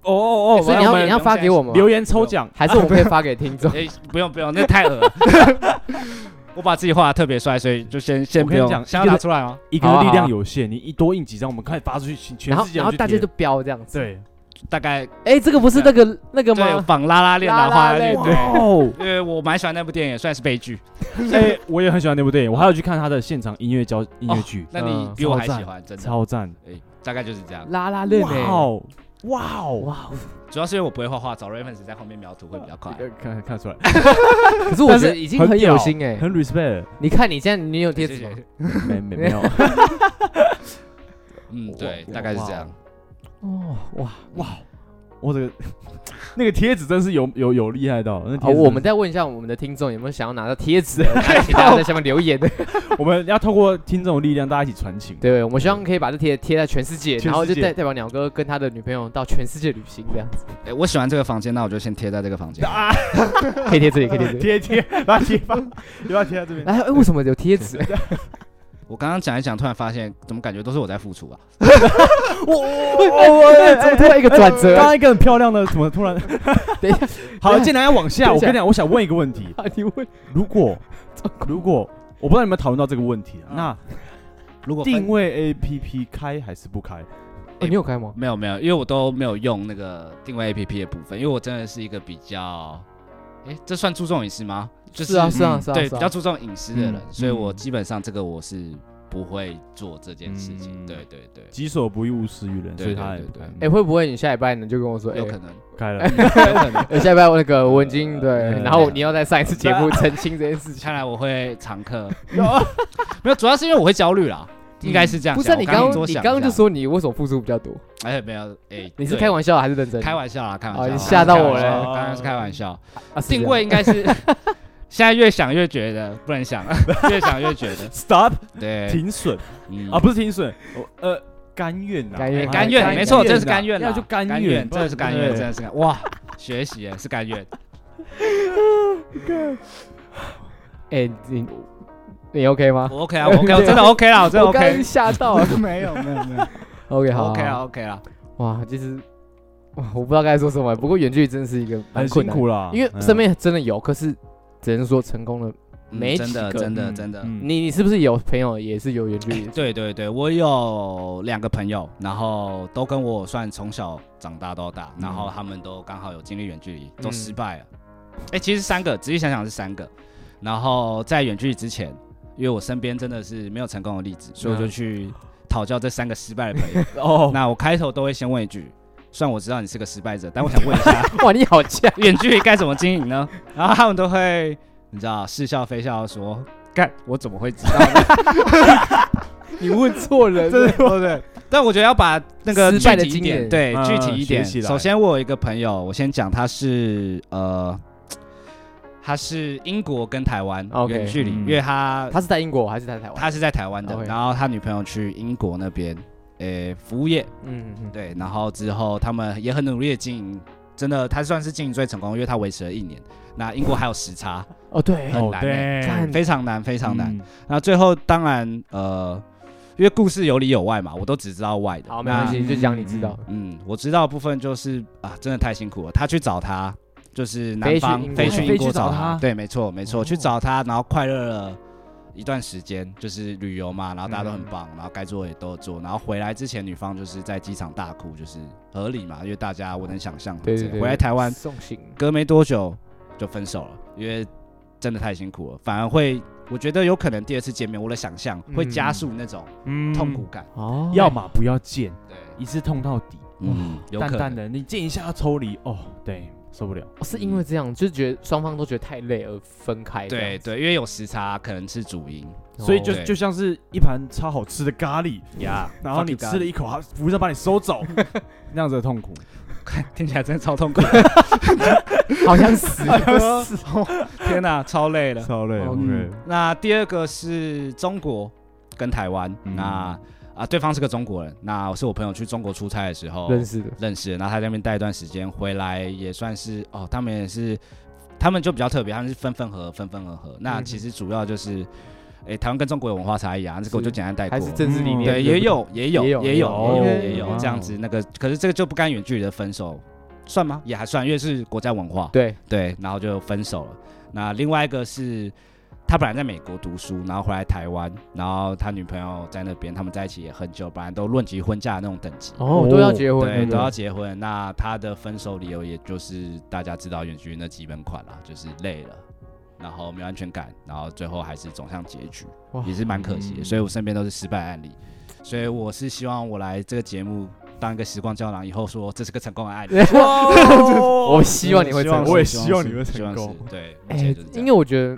S2: 哦哦哦，
S1: 哎所以你
S2: 我
S1: 要
S2: 们
S1: 你要发给我们吗
S2: 留？言抽奖，
S1: 还是我们可以发给听众？
S3: 诶、不用不用，那太恶 了。我把自己画的特别帅，所以就先先
S2: 我
S3: 不
S2: 跟你
S3: 用
S2: 讲。
S3: 想
S2: 一个
S3: 要拿出来吗？
S2: 一个
S1: 好啊
S2: 是力
S1: 好啊
S2: 量有限，你一多印几张，我们快发出去，全 全
S1: 然后
S2: 世界
S1: 然
S2: 人
S1: 后
S2: 去
S1: 大家
S2: 贴
S1: 就标这样子。，
S2: 对
S3: 大概
S1: 哎、这个不是那个那个
S3: 对
S1: 吗？
S3: 仿拉拉链，然后画下去。
S1: 拉拉
S3: 对
S1: 链，
S2: 哦，
S3: 因为我蛮喜欢那部电影，算是悲剧。
S2: 哎，我也很喜欢那部电影，我还有去看他的现场音乐交音乐剧，
S3: 那你
S1: 嗯
S3: 比我还
S2: 超赞
S3: 喜欢，真的。
S2: 超赞！
S3: 哎，大概就是这样。
S1: 拉拉链
S2: 哇
S1: 哎、
S2: 哦，哇哦，
S1: 哇！
S3: 主要是因为我不会画画，找 reference 在后面描图会比较快。
S2: 呃看看得出来，
S1: 哎可是我觉得已经
S2: 但是
S1: 很
S2: 很屌
S1: 有心哎、
S2: 很 respect，
S1: 你看你现在你有贴纸
S3: 谢
S1: 吗
S3: 谢？
S2: 没没没有，
S3: 嗯，对，
S2: 哇
S3: 大概是这样。
S1: 哦哇！
S2: 我这个那个贴纸真是有有有厉害到，那贴
S1: 好，
S2: 纸
S1: 哦我们
S2: 真
S1: 再问一下我们的听众有没有想要拿到贴 纸的，请大家在下面留 言的。
S2: 是我们要透过听众的力量，大家一起传情。
S1: 对，我们希望可以把这贴贴在全世界，
S2: 全世界
S1: 然后就代代表鸟哥跟他的女朋友到全世界旅行这样 子。
S3: 哎，我喜欢这个房间，那我就先贴在这个房间。
S2: 啊，
S1: 可以贴这里，可以贴这里。
S2: 贴贴，把它贴吧，不要贴在这 边。
S1: 哎，哎为什么有贴 纸？
S3: 我刚刚讲一讲，突然发现怎么感觉都是我在付出啊？
S1: 哎怎么突然一个转折
S2: 刚
S1: 啊？
S2: 刚一个很漂亮的，怎么突然？
S1: 等一下，
S2: 好了，进来要往
S1: 等一
S2: 下。我
S1: 下
S2: 跟你讲，我想问一个问题：
S1: 你问
S2: 如果如果我不知道你们有没有讨论到这个问题啊，那
S3: 如果分
S1: 哎
S2: 定位 A P P 开还是不开？
S1: 哦你有开吗？
S3: 没有没有，因为我都没有用那个定位 APP 的部分，因为我真的是一个比较，哎，这算注重隐私吗？就是
S1: 啊是啊
S3: 嗯
S1: 是啊
S3: 对，
S1: 是啊
S3: 比较注重隐私的人，
S2: 嗯
S3: 所以我
S2: 嗯
S3: 基本上这个我是不会做这件事情。
S2: 嗯
S3: 对对对，
S2: 己所不欲，勿施于人，
S3: 对
S2: 所以他也
S3: 对
S2: 不
S3: 对
S2: 开。
S1: 哎，会不会你下礼拜呢就跟我说，哎
S3: 有可能，
S2: 开 了，
S3: 有可能。
S1: 哎，下礼拜我那个我已经对
S2: 呃，
S1: 然后你要在上一次节目澄清这件 事情
S3: 看。来我会 常客，没有，主要是因为我会焦虑啦，应该是这样想。
S1: 不是啊你
S3: 我刚
S1: 刚
S3: 多
S1: 你
S3: 想
S1: 刚
S3: 一下
S1: 刚就，说你为什么付出比较多？
S3: 哎，没有，哎，
S1: 你是
S3: 对
S1: 开玩笑还是认真？
S3: 开玩笑啦，开
S1: 哦
S3: 玩笑啦，
S1: 你吓到我了
S3: 开玩笑刚刚是开玩笑，
S1: 啊是这样
S3: 定位应该是。现在越想越觉得不能想，越想越觉得
S2: Stop，
S1: 哎
S3: 对，
S2: 停损
S3: 嗯
S2: 啊，不是停损，我呃，甘愿呐，
S1: 甘愿
S3: 哎
S1: 哎
S3: 甘
S1: 甘
S3: 愿，
S1: 愿
S3: 没错，这是
S2: 呐
S3: 甘愿啦，
S2: 要就甘
S3: 甘
S2: 愿，
S3: 愿，这是甘愿，真的是甘哇，学习耶是甘愿，
S1: 哎，你你 OK 吗？
S3: 我 OK 啊，我 OK，我真的 OK 啦，我真的
S1: 我刚
S3: OK
S1: 刚。吓到了。
S3: 没有没有没有
S1: OK 好
S3: ，OK
S1: 好
S3: 啦
S1: 好
S3: OK 啦，
S1: 哇，其实哇，我不知道该说什么。不过远距离真的是一个蛮
S2: 很
S1: 困
S2: 辛
S1: 难，
S2: 苦啦，
S1: 因为
S2: 嗯
S1: 身边真的有，可是只能说成功了。
S3: 嗯
S1: 没
S3: 真
S1: 几
S3: 的
S1: 个
S3: 真的
S2: 嗯
S3: 真的，
S2: 嗯
S1: 你你是不是有朋友也是有远距离 的？
S3: 对对对，我有两个朋友，然后都跟我算从小长大到大，然后他们都刚好有经历远距离，都
S1: 嗯
S3: 失败了。哎、其实三个，仔细想想是三个。然后在远距离之前，因为我身边真的是没有成功的例子，所以我就
S1: 嗯
S3: 去讨教这三个失败的 朋友。
S2: 哦，
S3: 那我开头都会先问一句：虽然我知道你是个失败者，但我想问一下，
S1: 哇，你好强！
S3: 远距离该怎么经营呢？然后他们都会，你知道，似笑非笑地说：“干，我怎么会知道呢？”
S1: 你问错人
S2: 真
S1: 了
S2: 的。对对，
S3: 但我觉得要把那个
S1: 失败的
S3: 具体一
S1: 经
S3: 点，
S1: 验
S3: 对，
S2: 嗯
S3: 具体一点。
S2: 学起来
S3: 首先，我有一个朋友，我先讲，他是呃，他是英国跟台湾
S1: OK，
S3: 远距离，
S2: 嗯
S3: 因为他
S1: 他是在英国还是在台湾？
S3: 他是在台湾的
S1: OK
S3: 然后他女朋友去英国那边，诶、服务业，
S1: 嗯嗯
S3: 对，然后之后他们也很努力的经营，真的，他算是经营最成功，因为他维持了一年。那英国还有时差，
S1: 哦对，
S3: 很
S2: 哦
S3: 难欸
S1: 嗯
S2: 对，
S3: 非常难，非常难。
S2: 嗯，
S3: 那最后当然，呃，因为故事有里有外嘛，我都只知道外的。
S1: 好没关系，
S2: 那
S1: 就讲你知道。
S3: 嗯，我知道的部分就是啊，真的太辛苦了。他去找他，就是
S1: 飞
S3: 南
S1: 去
S3: 方
S1: 英
S3: 飞
S1: 国
S3: 去
S2: 飞
S3: 英
S2: 去
S3: 国
S2: 找
S3: 找
S2: 他
S3: 对，没错没错，
S1: 哦
S3: 去找他，然后快乐了一段时间，就是旅游嘛，然后大家都
S2: 嗯
S3: 很棒，然后该做也都做，然后回来之前，女方就是在机场大哭，就是合理嘛，因为大家我能想象，
S1: 对对对，
S3: 回来台湾
S1: 送行。
S3: 隔没多久就分手了，因为真的太辛苦了，反而会。我觉得有可能第二次见面，我的想象会加
S1: 嗯
S3: 速那种
S2: 嗯
S3: 痛苦，感。
S1: 哦
S2: 要么不要见，
S1: 嗯
S3: 对，
S2: 一次痛到底，
S3: 嗯，有可
S2: 淡淡
S3: 能。
S2: 的，你见一下要抽离，哦，对，受不了。
S1: 哦是因为这样，就是觉得双方都觉得太累而分开这
S3: 对
S1: 样子。
S3: 对，因为有时差，可能是主因
S2: 所以就
S1: 哦
S3: 对
S2: 就像是一盘超好吃的咖喱，
S3: 呀。
S2: 然后你吃了一口，它服务生把你收 走，那样子的痛苦。
S3: 看，听起来真的超 痛苦，
S1: 好像死
S3: 天哪，超累了。
S2: 超累
S1: 哦嗯
S2: ，OK，
S3: 那第二个是中国跟台湾，
S2: 嗯
S3: 那啊，对方是个中国人，那是我朋友去中国出差的时候
S1: 认识的，
S3: 认识的，然后他在那边待一段时间，回来也算是哦，他们也是，他们就比较特别，他们是分分合合分分合合。那
S1: 嗯
S3: 其实主要就是，诶，台湾跟中国有文化差异啊，这个我就简单带过
S1: 还。是政治理
S2: 嗯
S1: 念
S3: 对，
S1: 不
S3: 也有也有
S1: 也
S3: 也
S1: 有
S3: 有也
S1: 哦
S3: 有
S1: OK
S3: 也有
S1: 哇
S3: 这样子，那个可是这个就不干远距离的分手，算吗？也还算，因为是国家文化。
S1: 对，
S3: 对，然后就分手了。那另外一个是他本来在美国读书，然后回来台湾，然后他女朋友在那边，他们在一起也很久，本来都论及婚嫁的那种等级，
S1: 哦，都要结婚
S3: 对，
S1: 了，
S3: 都要结婚。那他的分手理由也就是大家知道远距离那基本款啦，就是累了。然后没有安全感，然后最后还是走向结局，
S1: 哇
S3: 也是蛮可惜的。
S2: 嗯
S3: 所以我身边都是失败案例，所以我是希望我来这个节目当一个时光胶囊，以后说这是个成功的案例。
S1: 我希望你会
S2: 希望
S1: 成
S2: 是
S1: 功。
S2: 我也
S3: 是
S2: 希望你
S3: 是
S2: 会
S3: 希
S2: 成
S3: 望
S2: 功
S3: 是对，目前
S1: 哎
S3: 就是，这
S1: 因
S3: 样
S1: 为我觉得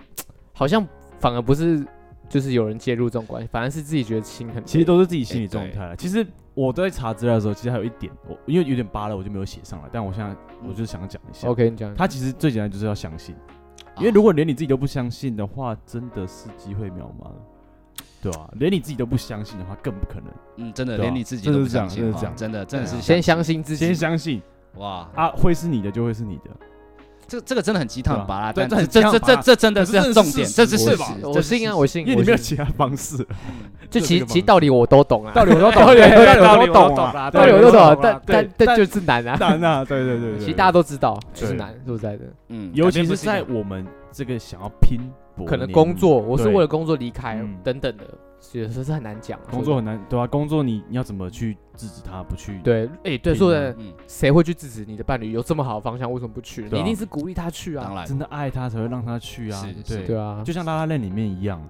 S1: 好像反而不是，就是有人介入这种关系，反而是自己觉得心很累。
S2: 其实都是自己心理
S3: 哎
S2: 状
S3: 对
S2: 态了。其实我在查资料的时候，其实还有一点，我因为有点扒了，我就没有写上来。但我现在我就是想讲一下，
S1: 嗯 OK，你讲，
S2: 他其实最简单就是要相信，因为
S3: 啊
S2: 如果连你自己都不相信的话，真的是机会渺茫了，对啊，连你自己都不相信的话，更不可能。
S3: 嗯，真的
S2: 对啊
S3: 连你自己
S2: 真
S3: 都
S2: 的
S3: 不
S2: 是这
S3: 相
S2: 样真的
S3: 信哈，
S2: 是这样
S3: 真的真的
S2: 对
S3: 是
S2: 啊
S1: 先
S3: 相
S1: 相信自己，
S2: 先相信
S3: 哇，
S2: 啊，会是你的就会是你的。
S3: 这这个真的很鸡汤很拔辣，
S2: 对
S3: 但
S2: 啊对这
S3: 这这
S2: 很鸡汤很
S3: 这
S2: 拔
S3: 这
S2: 辣
S3: 这真
S2: 可
S3: 的
S2: 是这是
S3: 重点，
S2: 事
S3: 这
S2: 实
S3: 是
S2: 我
S3: 事
S2: 信
S3: 实，
S1: 我
S3: 这是
S1: 信啊，
S3: 事
S1: 我
S3: 实
S1: 信，
S2: 因为你没有
S1: 我信
S2: 其他 方式，
S1: 就
S2: 这
S1: 其实
S2: 个方
S1: 其实
S2: 式
S1: 道理我都懂啊，
S2: 道理我都 懂，
S1: 道理
S2: 道
S1: 我
S2: 理
S1: 都
S2: 我
S1: 懂
S2: 懂
S1: 啊
S2: 啊，
S1: 道理我都懂啊，
S2: 对
S1: 但但但就是难啊，
S2: 难啊，对对对对，
S1: 其实大家
S2: 都，
S1: 都知道，
S2: 对
S1: 就是难，说实在的，
S3: 嗯
S2: 尤其
S3: 改变不
S2: 是
S3: 一
S2: 在
S3: 个
S2: 我们这个想要拼搏
S1: 啊
S2: 的
S1: 可
S2: 年
S1: 能
S2: 纪，
S1: 工作，我是为了工作离开
S2: 嗯
S1: 等等的，有时候是很难讲啊。
S2: 工作
S1: 说
S2: 很难，对啊，工作你你要怎么去制止他不去？
S1: 对，哎，对，
S2: 拼
S1: 说的
S3: 嗯，
S1: 谁会去制止你的伴侣有这么好的方向，为什么不去？你
S2: 对啊
S1: 一定是鼓励他去
S3: 当
S1: 啊，
S3: 然
S2: 真的爱他才会让他去啊
S3: 是，
S2: 对
S3: 是嗯
S1: 对啊。
S2: 就像拉拉链里面一样，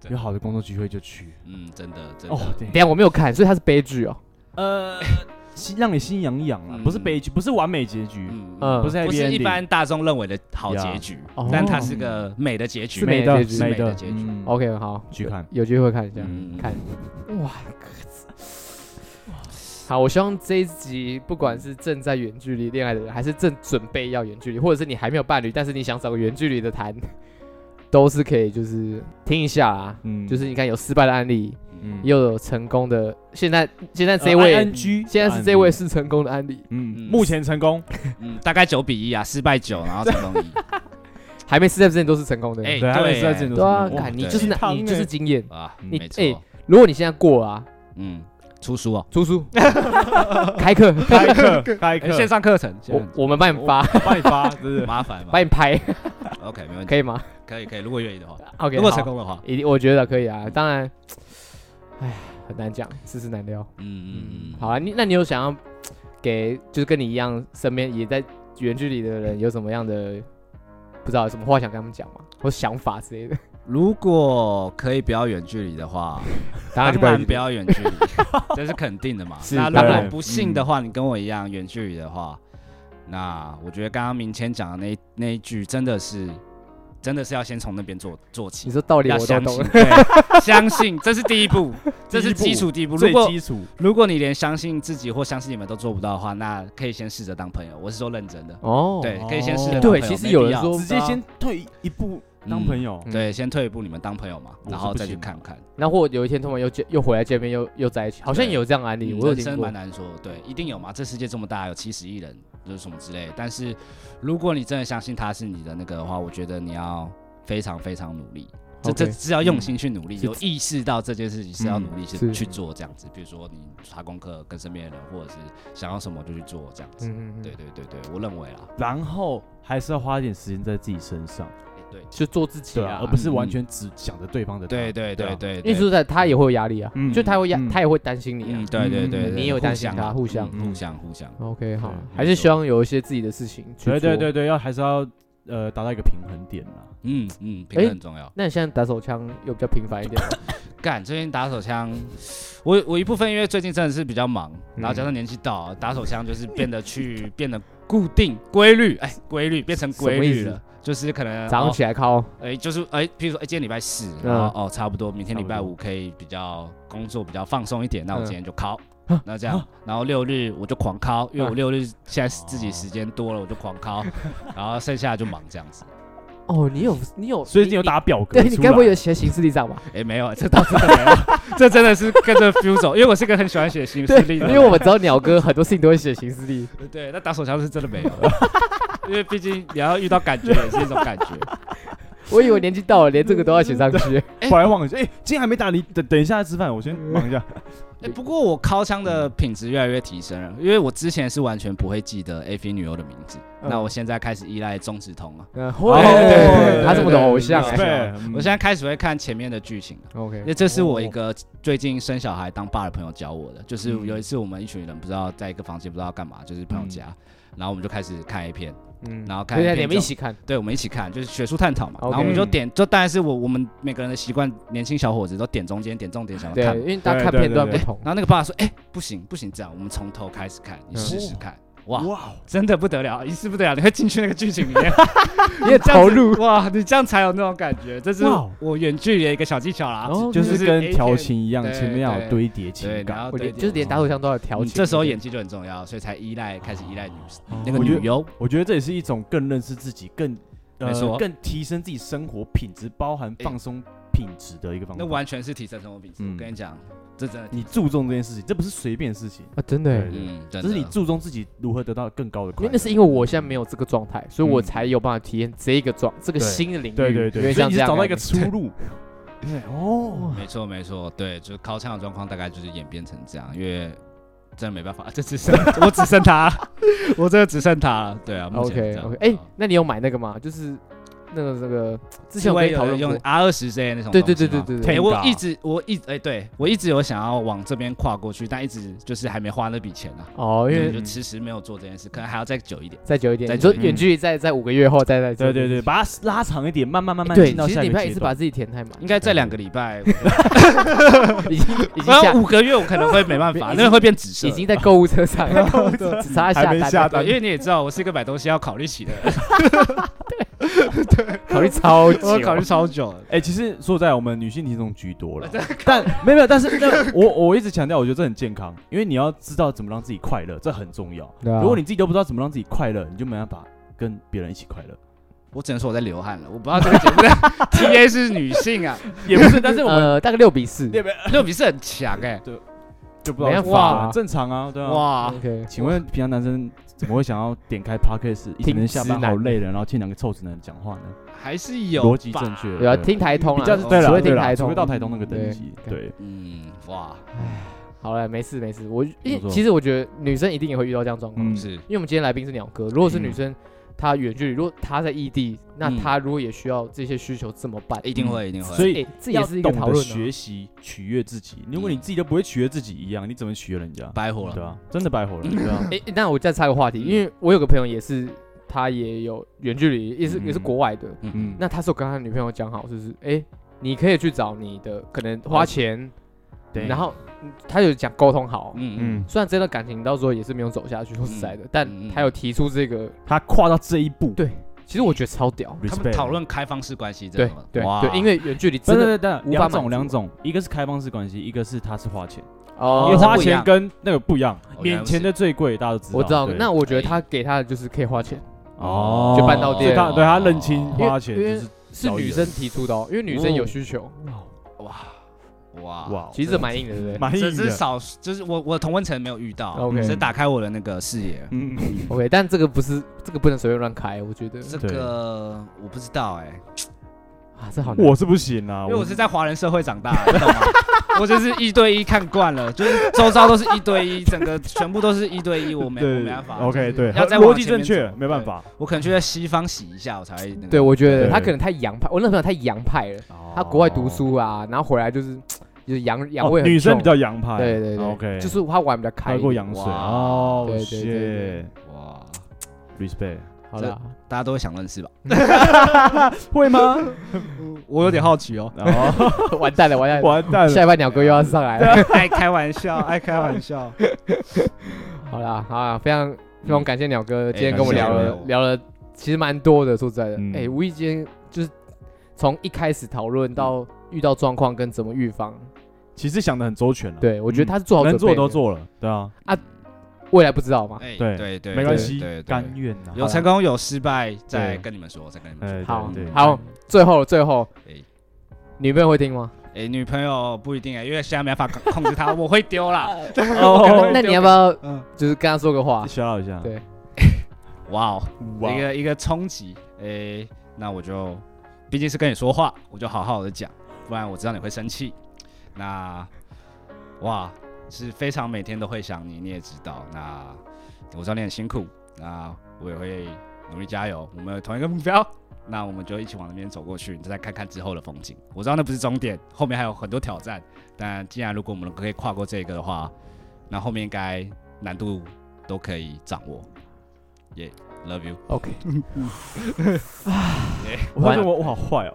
S3: 对
S2: 有好的工作机会就去。
S3: 嗯，真的真
S2: 哦
S3: 的，，
S2: 对
S1: 等一，下我没有看，所以他是悲剧哦。
S2: 呃，心让你心痒痒啊，
S3: 嗯
S2: 不是悲剧，不是完美结局，
S3: 嗯
S1: 嗯
S2: 不是 happy
S3: 不是一
S2: ending
S3: 般大众认为的好
S2: 呀
S3: 结局
S1: 哦，
S3: 但它是个美的结局，
S1: 是美
S2: 的
S1: 结局
S3: 是
S2: 美
S3: 美的
S2: 的
S3: 结局，哦
S2: 嗯
S1: OK，好，
S2: 去看
S1: 有机会看一下。
S3: 嗯，
S1: 看，哇，好，我希望这一集不管是正在远距离恋爱的人，还是正准备要远距离，或者是你还没有伴侣，但是你想找个远距离的谈，都是可以就是听一下啊。
S2: 嗯
S1: 就是你看有失败的案例，
S2: 嗯
S1: 也有成功的。现在现在这位、
S2: NG，
S1: 现在是这位，是成功的案例，
S2: 嗯，
S3: 嗯
S2: 目前成功，
S3: 嗯，大概九比一啊，失败九，然后成功一，
S1: 还没失败之前都是成功的。
S3: 哎，
S2: 对，他们是在这
S3: 哎
S2: 种
S1: 对啊，
S2: 哇
S1: 干你
S3: 对
S1: 就是
S2: 鸡汤
S1: 那，你就是
S2: 欸
S1: 经验。
S3: 啊，
S2: 你
S3: 没
S1: 哎
S3: 错，
S1: 如果你现在过了啊，
S3: 嗯，出书哦，
S1: 出书开课，
S2: 开 课开
S3: 哎线
S2: 课，
S3: 上课程，线
S1: 我
S3: 上
S1: 我们帮你发，
S2: 帮你发，真的。
S3: 麻烦，
S1: 帮
S3: 麻烦
S1: 你拍，
S3: ，OK，没问
S1: 可
S3: 题，
S1: 以吗
S3: 可以可以，如果愿意的话，
S1: ？OK，
S3: 如果
S1: 好
S3: 成功的话，
S1: 一定，我觉得可以啊。当然，哎呀，很难讲，世事难料。
S3: 嗯嗯嗯，
S1: 好啊，你那你有想要给就是跟你一样身边也在远距离的人有什么样的不知道有什么话想跟他们讲吗？或想法之类的？
S3: 如果可以不要远距离的话，
S1: 当然就
S3: 当
S1: 不要
S3: 然
S1: 远
S3: 不
S1: 距离
S3: 要远 距离，这是肯定的嘛。
S1: 是
S3: 那
S1: 当
S3: 如果
S1: 然
S3: 不幸的话，你跟我一样远距离的话，那我觉得刚刚明谦讲的那一那一句真的是，真的是要先从那边做做
S1: 你
S3: 起，
S1: 说道理
S3: 要
S1: 我都
S3: 相
S1: 懂
S3: 信，，对， 相信这是第一步，这是基础 第一步。如
S2: 最
S3: 果
S2: 基础，
S3: 如果你连相信自己或相信你们都做不到的话，那可以先试着当朋友。我是说认真的，
S1: 哦，
S3: 对，可以先试着
S2: 哦
S3: 当朋
S1: 对，
S3: 友。
S1: 其实
S3: 没
S1: 有
S3: 必
S1: 人
S3: 要
S1: 说
S2: 直接先退一步当朋友
S1: 嗯，
S3: 对，先退一步，你们当朋友嘛，
S2: 我
S3: 然
S2: 是
S3: 后
S2: 不
S3: 再去
S2: 行的
S3: 看看。
S1: 然后或有一天突然又见又回来见面又又在一起，好像
S3: 对
S1: 也有这样的案例，
S3: 嗯
S1: 我有
S3: 人
S1: 听
S3: 生
S1: 过
S3: 蛮。难说，对，一定有嘛？这世界这么大，有七十亿人，就是什么之类的。但是如果你真的相信他是你的那个的话，我觉得你要非常非常努力。这这
S1: OK 嗯
S3: 是要用心去努力，
S1: 是嗯
S3: 有意识到这件事情是要努力去、
S1: 是
S3: 去做这样子。比如说你查功课，跟身边的人，或者是想要什么就去做这样子。
S1: 嗯嗯
S3: 对
S1: 嗯，
S3: 对对对，我认为啦，
S2: 然后还是要花一点时间在自己身上，
S3: 哎对
S1: 就做自己
S2: 对
S1: 啊
S2: 啊，而，不是完全只想着对方的他。
S3: 嗯对对
S2: 啊
S3: 对对
S1: 因为
S3: 对，
S1: 说实在他也会有压力啊
S2: 嗯，
S1: 就他会压
S2: 嗯
S1: 他也会担心你啊
S3: 嗯，，对对对，
S1: 嗯
S3: 对
S1: 你也有担心他互
S3: 相
S1: 相
S3: 嘛嗯互相互相，
S1: OK，好
S2: 对，
S1: 还是希望有一些自己的事情去
S2: 对对
S1: 做。
S2: 对对，要还是要呃达到一个平衡点啦。
S3: 嗯嗯，平
S1: 哎
S3: 衡很重要。
S1: 那你现在打手枪有比较频繁一点吗？
S3: 干，最近打手枪，我我一部分因为最近真的是比较忙，
S1: 嗯
S3: 然后加上年纪到，打手枪就是变得去变得固定规律，哎，规律变成规律
S1: 什么意
S3: 了
S1: 思，
S3: 就是可能
S1: 早上
S3: 哦
S1: 起来靠
S3: 哎，就是哎，譬如说，哎，今天礼拜四，
S1: 嗯
S3: 然后哦，差不多，明天礼拜
S2: 差不
S3: 五可以比较工作比较放松一点，那我
S1: 嗯
S3: 今天就考，那这样，然后六日我就狂考，因为我
S1: 啊哦
S3: 六日现在自己时间多了，我就狂 考，然后剩下就忙这样子。
S1: 哦，你有你有，
S2: 所以你有打表格
S1: 对
S2: 出
S1: 你
S2: 来，
S1: 该不会有写行事历账吧？
S3: 哎，没有，这倒真的没有，这真的是跟着 feel 走，因为我是一个很喜欢写新势
S1: 对，
S3: 力
S1: 因
S3: 的，
S1: 为我们知道鸟哥很多事情都会写行事历，
S3: 对，那打手枪是真的没有，因为毕竟你要遇到感觉也是一种感觉。
S1: 我以为年纪到了连这个都要写上去。
S2: 不然忘记，哎、今天还没打，你等等一下吃饭，我先忙一下。
S3: 哎、不过我靠枪的品质越来越提升了，因为我之前是完全不会记得 AV 女优的名字，
S1: 嗯
S3: 那我现在开始依赖中指通了。
S1: 嗯，
S2: 哦哎对
S1: 他是我的偶像
S3: 对
S1: 哎。
S3: 对
S2: 哎
S3: 我现在开始会看前面的剧情了，因为
S1: OK，
S3: 这是我一个最近生小孩当爸的朋友教我的，就是有一次我们一群人不知道在一个房间不知道要干嘛，就是朋友家，然后我们就开始看 A 片，
S1: 嗯
S3: 然后看
S1: 对啊，
S3: 片
S1: 你们一
S3: 就
S1: 起看，
S3: 对，我们一起看，就是学术探讨嘛，
S1: OK
S3: 然后我们就点，就当然是我我们每个人的习惯，年轻小伙子都点中间点重点想要
S1: 对，
S3: 看嘛
S1: 因为大家
S2: 对
S1: 看
S2: 对
S1: 片段不
S2: 对
S3: 哎，
S1: 同
S3: 然。后那个爸爸说：“哎、不行不行，这样我们从头开始看，你试试看。哇，
S2: 嗯哇，
S3: 真的不得了，一试不得了，你会进去那个剧情里面，
S1: 你也
S3: 这样
S1: 投
S3: 子
S1: 入，
S3: 哇，你这样才有那种感觉，这是
S2: 哇
S3: 我远距离的一个小技巧啦。
S1: 哦
S2: 就
S3: 就是是
S2: 跟
S3: A 嗯
S2: 调
S3: 片
S2: 情一样，
S3: 对
S2: 前面要有
S3: 对
S2: 堆叠情
S3: 对，然
S2: 感。
S3: 后
S1: 我
S3: 对
S1: 连就是连打手枪都要调
S3: 你
S1: 情。
S3: 这时候
S1: 对
S3: 演技就很重要，所以才依赖开始依赖女生、
S2: 哦
S3: 那个
S2: 我觉得
S3: 女优，
S2: 我觉得这也是一种更认识自己、更
S3: 没错
S2: 呃更提升自己生活品质，包含
S3: 哎
S2: 放松品质的一个方法。
S3: 那完全是提升生活品质。
S2: 嗯
S3: 我跟你讲，这真的，
S2: 你注重这件事情，这不是随便的事情，
S1: 啊，真的耶
S2: 对。
S3: 嗯，真
S2: 这
S3: 的
S2: 是你注重自己如何得到更高的
S1: 因
S2: 快
S1: 为
S2: 乐。
S1: 那是因为我现在没有这个状态，所以我才有办法体验这个状这个
S2: 嗯对
S1: 新的领域。
S2: 对对
S1: 因
S2: 对，
S1: 为
S2: 所以
S1: 像
S2: 你
S1: 这
S2: 是
S1: 样啊
S2: 找到
S1: 的
S2: 一个
S1: 感觉
S2: 出路。对哦，
S3: 没错没错，对，就是靠枪的状况大概就是演变成这样，因为真的没办法， 这 只剩我只剩他， 我真的只剩他了。对啊，目前
S1: OK
S3: 这样
S1: OK，哎，那你有买那个吗？就是那个那个之前
S3: 是
S1: 我
S3: 为
S1: 跟你讨
S3: 有
S1: 论
S3: 用
S1: 过，
S3: R 二十 Z 那种东西吗，
S1: 对对对对对对
S3: 哎
S2: ，Tenga
S3: 我一直我一哎，对我一直有想要往这边跨过去，但一直就是还没花那笔钱啊，
S1: 哦，因
S3: 因为
S2: 嗯
S1: 为
S3: 就迟迟没有做这件事，可能还要再久一点。
S1: 再久一点，
S3: 再
S1: 你说
S3: 久一
S1: 远
S2: 点
S1: 距离在在五个月后再再
S2: 对对对，把它拉长一点，慢慢慢慢
S1: 对
S2: 进，到
S1: 其实
S2: 下
S1: 你
S2: 一
S1: 不
S2: 个
S1: 要一
S2: 阶
S1: 次把
S2: 段。
S1: 自己填太满，
S3: 应该在两个礼 拜，
S1: 已经已 经
S3: 反
S1: 下
S3: 正五个月我可能会没办法，
S1: 已经
S3: 那个会变紫色
S1: 已。经在购物车上了， 只差
S2: 还
S1: 下
S2: 没
S1: 单
S2: 下
S1: 了，
S2: 单
S3: 对，因为你也知道，我是一个买东西要考虑起的人，
S1: 考虑超
S3: 我考虑
S1: 久。
S3: 超久了。
S2: 哎、其实说实在我们女性听众居 多了，但没有没有，但是但我我一直强调，我觉得这很健康，因为你要知道怎么让自己快乐，这很重要。
S1: 对啊
S2: 如果你自己都不知道怎么让自己快乐，你就没办法跟别人一起快乐。
S3: 我只能说我在流汗了，我不知道这个节目的 TA 是女 性啊，
S2: 也不是，但是我们
S1: 呃大概六比四
S2: 那边
S3: 六比是很强哎、
S2: 就不知道
S1: 没办法啊
S2: 很正常啊，对啊。
S3: 哇，
S1: ，OK，
S2: 请问平常男生怎么会想要点开 podcast，一群人下班好累了，然后听两个臭直男讲话呢？
S3: 还是有
S2: 逻辑
S3: 吧
S2: 正确，
S1: 对啊，听台通
S2: 比较
S1: 啊，
S2: 是对
S1: 只
S2: 了
S1: 会
S2: 对
S1: 听
S2: 了，
S1: 台
S2: 除
S1: 通
S2: 非，到台东那个等级，
S1: 对
S2: 对，
S3: 嗯，哇，
S1: 好了，没事没事，我因为
S2: 不错
S1: 其实我觉得女生一定也会遇到这样状况，
S2: 嗯
S3: 是
S1: 因为我们今天来宾是鸟哥，如果是
S2: 嗯
S1: 女生，她远距离，如果她在异地，那
S3: 嗯
S1: 她如果也需要这些需求怎么办？
S3: 一定会，一定会。
S2: 嗯所以
S1: 哎，这也是一个
S2: 要
S1: 讨
S2: 懂得
S1: 论
S2: 学
S1: 啊。
S2: 习取悦自己。如果你自己都不会取悦自己一样，你怎么取悦人家？
S3: 白活
S2: 对
S3: 了，
S2: 啊，真的白活了，对 啊。
S1: 哎，那我再插个话题，
S3: 嗯
S1: 因为我有个朋友也是，他也有远距离，也是也是
S2: 嗯
S1: 国外的，
S3: 嗯
S2: 嗯，
S1: 那他是有跟他女朋友讲好，就是哎、诶你可以去找你的，可能花钱，
S2: 嗯对
S1: 然后嗯他有讲沟通好。
S3: 嗯嗯
S2: 嗯，
S1: 虽然这段感情到时候也是没有走下去，说实在的，但
S3: 嗯嗯
S1: 他有提出这个，
S2: 他跨到这一步，
S1: 对其实我觉得超屌。
S3: 他
S2: respect
S3: 们讨论开放式关系这
S1: 对
S3: 种，
S1: 对
S3: 哇
S1: 对，因为远距离
S2: 不
S1: 真
S2: 是不
S1: 的
S2: 是，等
S1: 无法
S2: 啊
S1: 满
S2: 两
S1: 足
S2: 种两种，一个是开放式关系，一个是他是花钱，因
S1: 哦
S2: 为
S3: 这
S2: 花
S3: 不一
S2: 钱
S3: 样
S2: 跟那个不一样，
S3: 哦原
S2: 免
S3: 来如
S2: 钱
S3: 此
S2: 的最贵，大家都知道。
S1: 我知道。
S2: 对哎
S1: 那我觉得他给他的就是可以花钱，
S2: 哦，
S1: 就半道店
S2: 所以他对他
S3: 哦
S2: 认清
S1: 因为
S2: 花钱
S1: 因为
S2: 就是
S1: 是
S2: 交易
S1: 女
S2: 人
S1: 生提出的哦，因为女生有需求，
S3: 哇哇
S2: 哇，
S1: 其实这蛮硬的，对不对
S2: 满意
S3: 这
S2: 的哎
S3: 是。少，就是我我同温层没有遇到，
S1: OK
S3: 只打开我的那个视野。
S2: 嗯，
S1: ？OK，但这个不是这个不能随便乱开，我觉得
S3: 这个我不知道哎，
S1: 啊，这好难。
S2: 我是不行啊，
S3: 因为我是在华人社会长大，的，你懂吗？ 我就是一对一看惯了，就是周遭都是一对一，整个全部都是一对一，我没我
S2: 对
S3: 没办
S1: 啊
S3: 法。
S2: ，OK，对，
S3: 要再
S2: 逻
S3: 往
S2: 辑
S3: 前
S2: 正
S3: 面
S2: 确，
S3: 走
S2: 没办法。
S3: 我可能就在西方洗一下，我才会那个。
S1: 对，我觉得
S2: 对
S1: 他可能太洋派，我那朋友太洋派了，他国外读书啊，然后回来就是就是洋洋
S2: 哦，
S1: 味很
S2: 女生
S1: 重
S2: 比较洋派，
S1: 对对对
S2: ，OK，
S1: 就是他玩比较开
S2: 喝
S1: 一
S2: 过
S1: 点。
S2: 洋水
S3: 哇
S2: 哦，
S1: 对对对对
S2: 谢
S3: 哇，
S2: respect，
S1: 好了，
S3: 大家都会想认识吧？
S2: 会吗？
S3: 我有点好奇哦。
S2: 哦，
S1: 完蛋了，完蛋了，
S2: 完蛋
S1: 下
S2: 了，啊
S1: 一班鸟哥又要上来了。
S3: 爱开玩笑，爱开玩笑。
S1: 好啦，好啦，非常非常感谢鸟哥
S3: 哎
S1: 今天跟我们
S2: 感
S1: 聊
S2: 谢
S1: 了、
S3: 鸟哥
S1: 聊了，其实蛮多的，说实在的，哎、
S2: 嗯
S1: 无意间就是从一开始讨论到遇到状况跟怎么预防，
S2: 其实想的很周全了、，啊
S1: 对我觉得他是做好准
S2: 嗯能
S1: 备，
S2: 做都，做了，对啊，
S1: 未来不知道嘛。
S3: 哎
S2: 对
S3: 对对，
S2: 没关系
S3: 对对，
S2: 甘
S3: 对
S2: 愿呐、
S3: 有成功有失败，再
S2: 对
S3: 跟你们说，再跟你们
S2: 哎，
S3: 说。嗯
S1: 好
S2: 对对
S1: 好最后最后
S3: 哎，
S1: 女朋友会听吗？
S3: 哎，女朋友不一定哎，因为现在没办法控控制她，我会丢啦。
S2: 哦
S1: 那你要不要
S3: 嗯，
S1: 就是跟她说个话？
S2: 笑一下，
S1: 对
S3: 哇哦，
S2: 哇
S3: 一个一个冲击，哎，那我就毕竟是跟你说话，我就好好的讲，不然我知道你会生气。那哇，是非常每天都会想你，你也知道。那我知道你很辛苦，那我也会努力加油，我们有同一个目标。那我们就一起往那边走过去，你再看看之后的风景。我知道那不是终点，后面还有很多挑战。但既然如果我们可以跨过这个的话，那后面应该难度都可以掌握。耶、yeah,，love you。
S1: OK，哎
S2: 我发现我我好坏哦、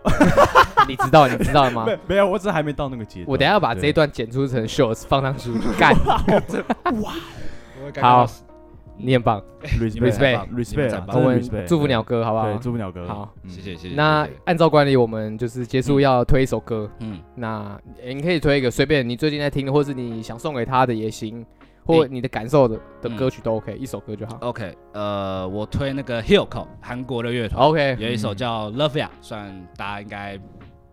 S1: 你知道你知道 吗？
S2: 没没有，我只是还没到那个阶段。
S1: 我等一下把这一段剪出成 shorts 放上去，干，好 你
S3: 嗯
S1: 很棒，
S3: 你
S2: respect
S3: 们才棒
S2: respect
S3: 你们才
S2: 啊
S3: 棒
S1: 我们
S2: respect，
S1: 祝福
S2: 对
S1: 鸟哥好不
S2: 对，
S1: 好？
S2: 祝福鸟哥，
S1: 好，
S2: 嗯
S3: 谢谢谢谢。
S1: 那
S3: 谢谢
S1: 按照惯例，我们就是结束要推一首歌，
S3: 嗯，
S1: 那诶你可以推一个随便你最近在听的，或是你想送给他的也行，或你的感受的
S3: 嗯
S1: 的歌曲都 OK，一首歌就好。
S3: OK，呃，我推那个 Hilco 韩国的乐团
S1: OK，
S3: 有一首叫《Love Ya》，算大家应该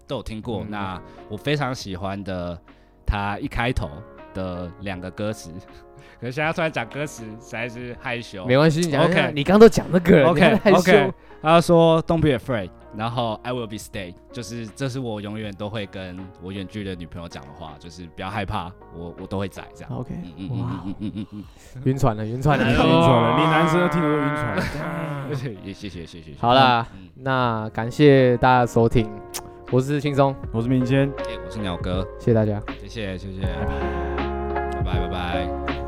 S3: 都有听过。
S1: 嗯
S3: 那我非常喜欢的，它一开头的两个歌词， 可是现在突然讲歌词，实在是害羞。
S1: 没关系，你讲
S3: OK
S1: 你刚刚都讲那个了
S3: OK，
S1: 你还害羞
S3: OK 他说 "Don't be afraid"，然后 "I will be stay"，就是这是我永远都会跟我远距的女朋友讲的话，就是不要害怕，我我都会在这样。
S1: OK，
S3: 嗯嗯
S1: 哇
S3: 嗯嗯嗯嗯嗯哎
S1: 晕船了，晕船
S2: 晕
S1: 了。
S2: 船了，你男生都听得都晕船了。
S3: 嗯，谢谢谢谢谢谢。
S1: 好啦
S3: 嗯，
S1: 那感谢大家的收听，我是轻松，
S2: 我是明谦。
S3: 哎我是鸟哥，
S1: 谢谢大家。
S3: 谢谢谢谢，拜拜拜拜。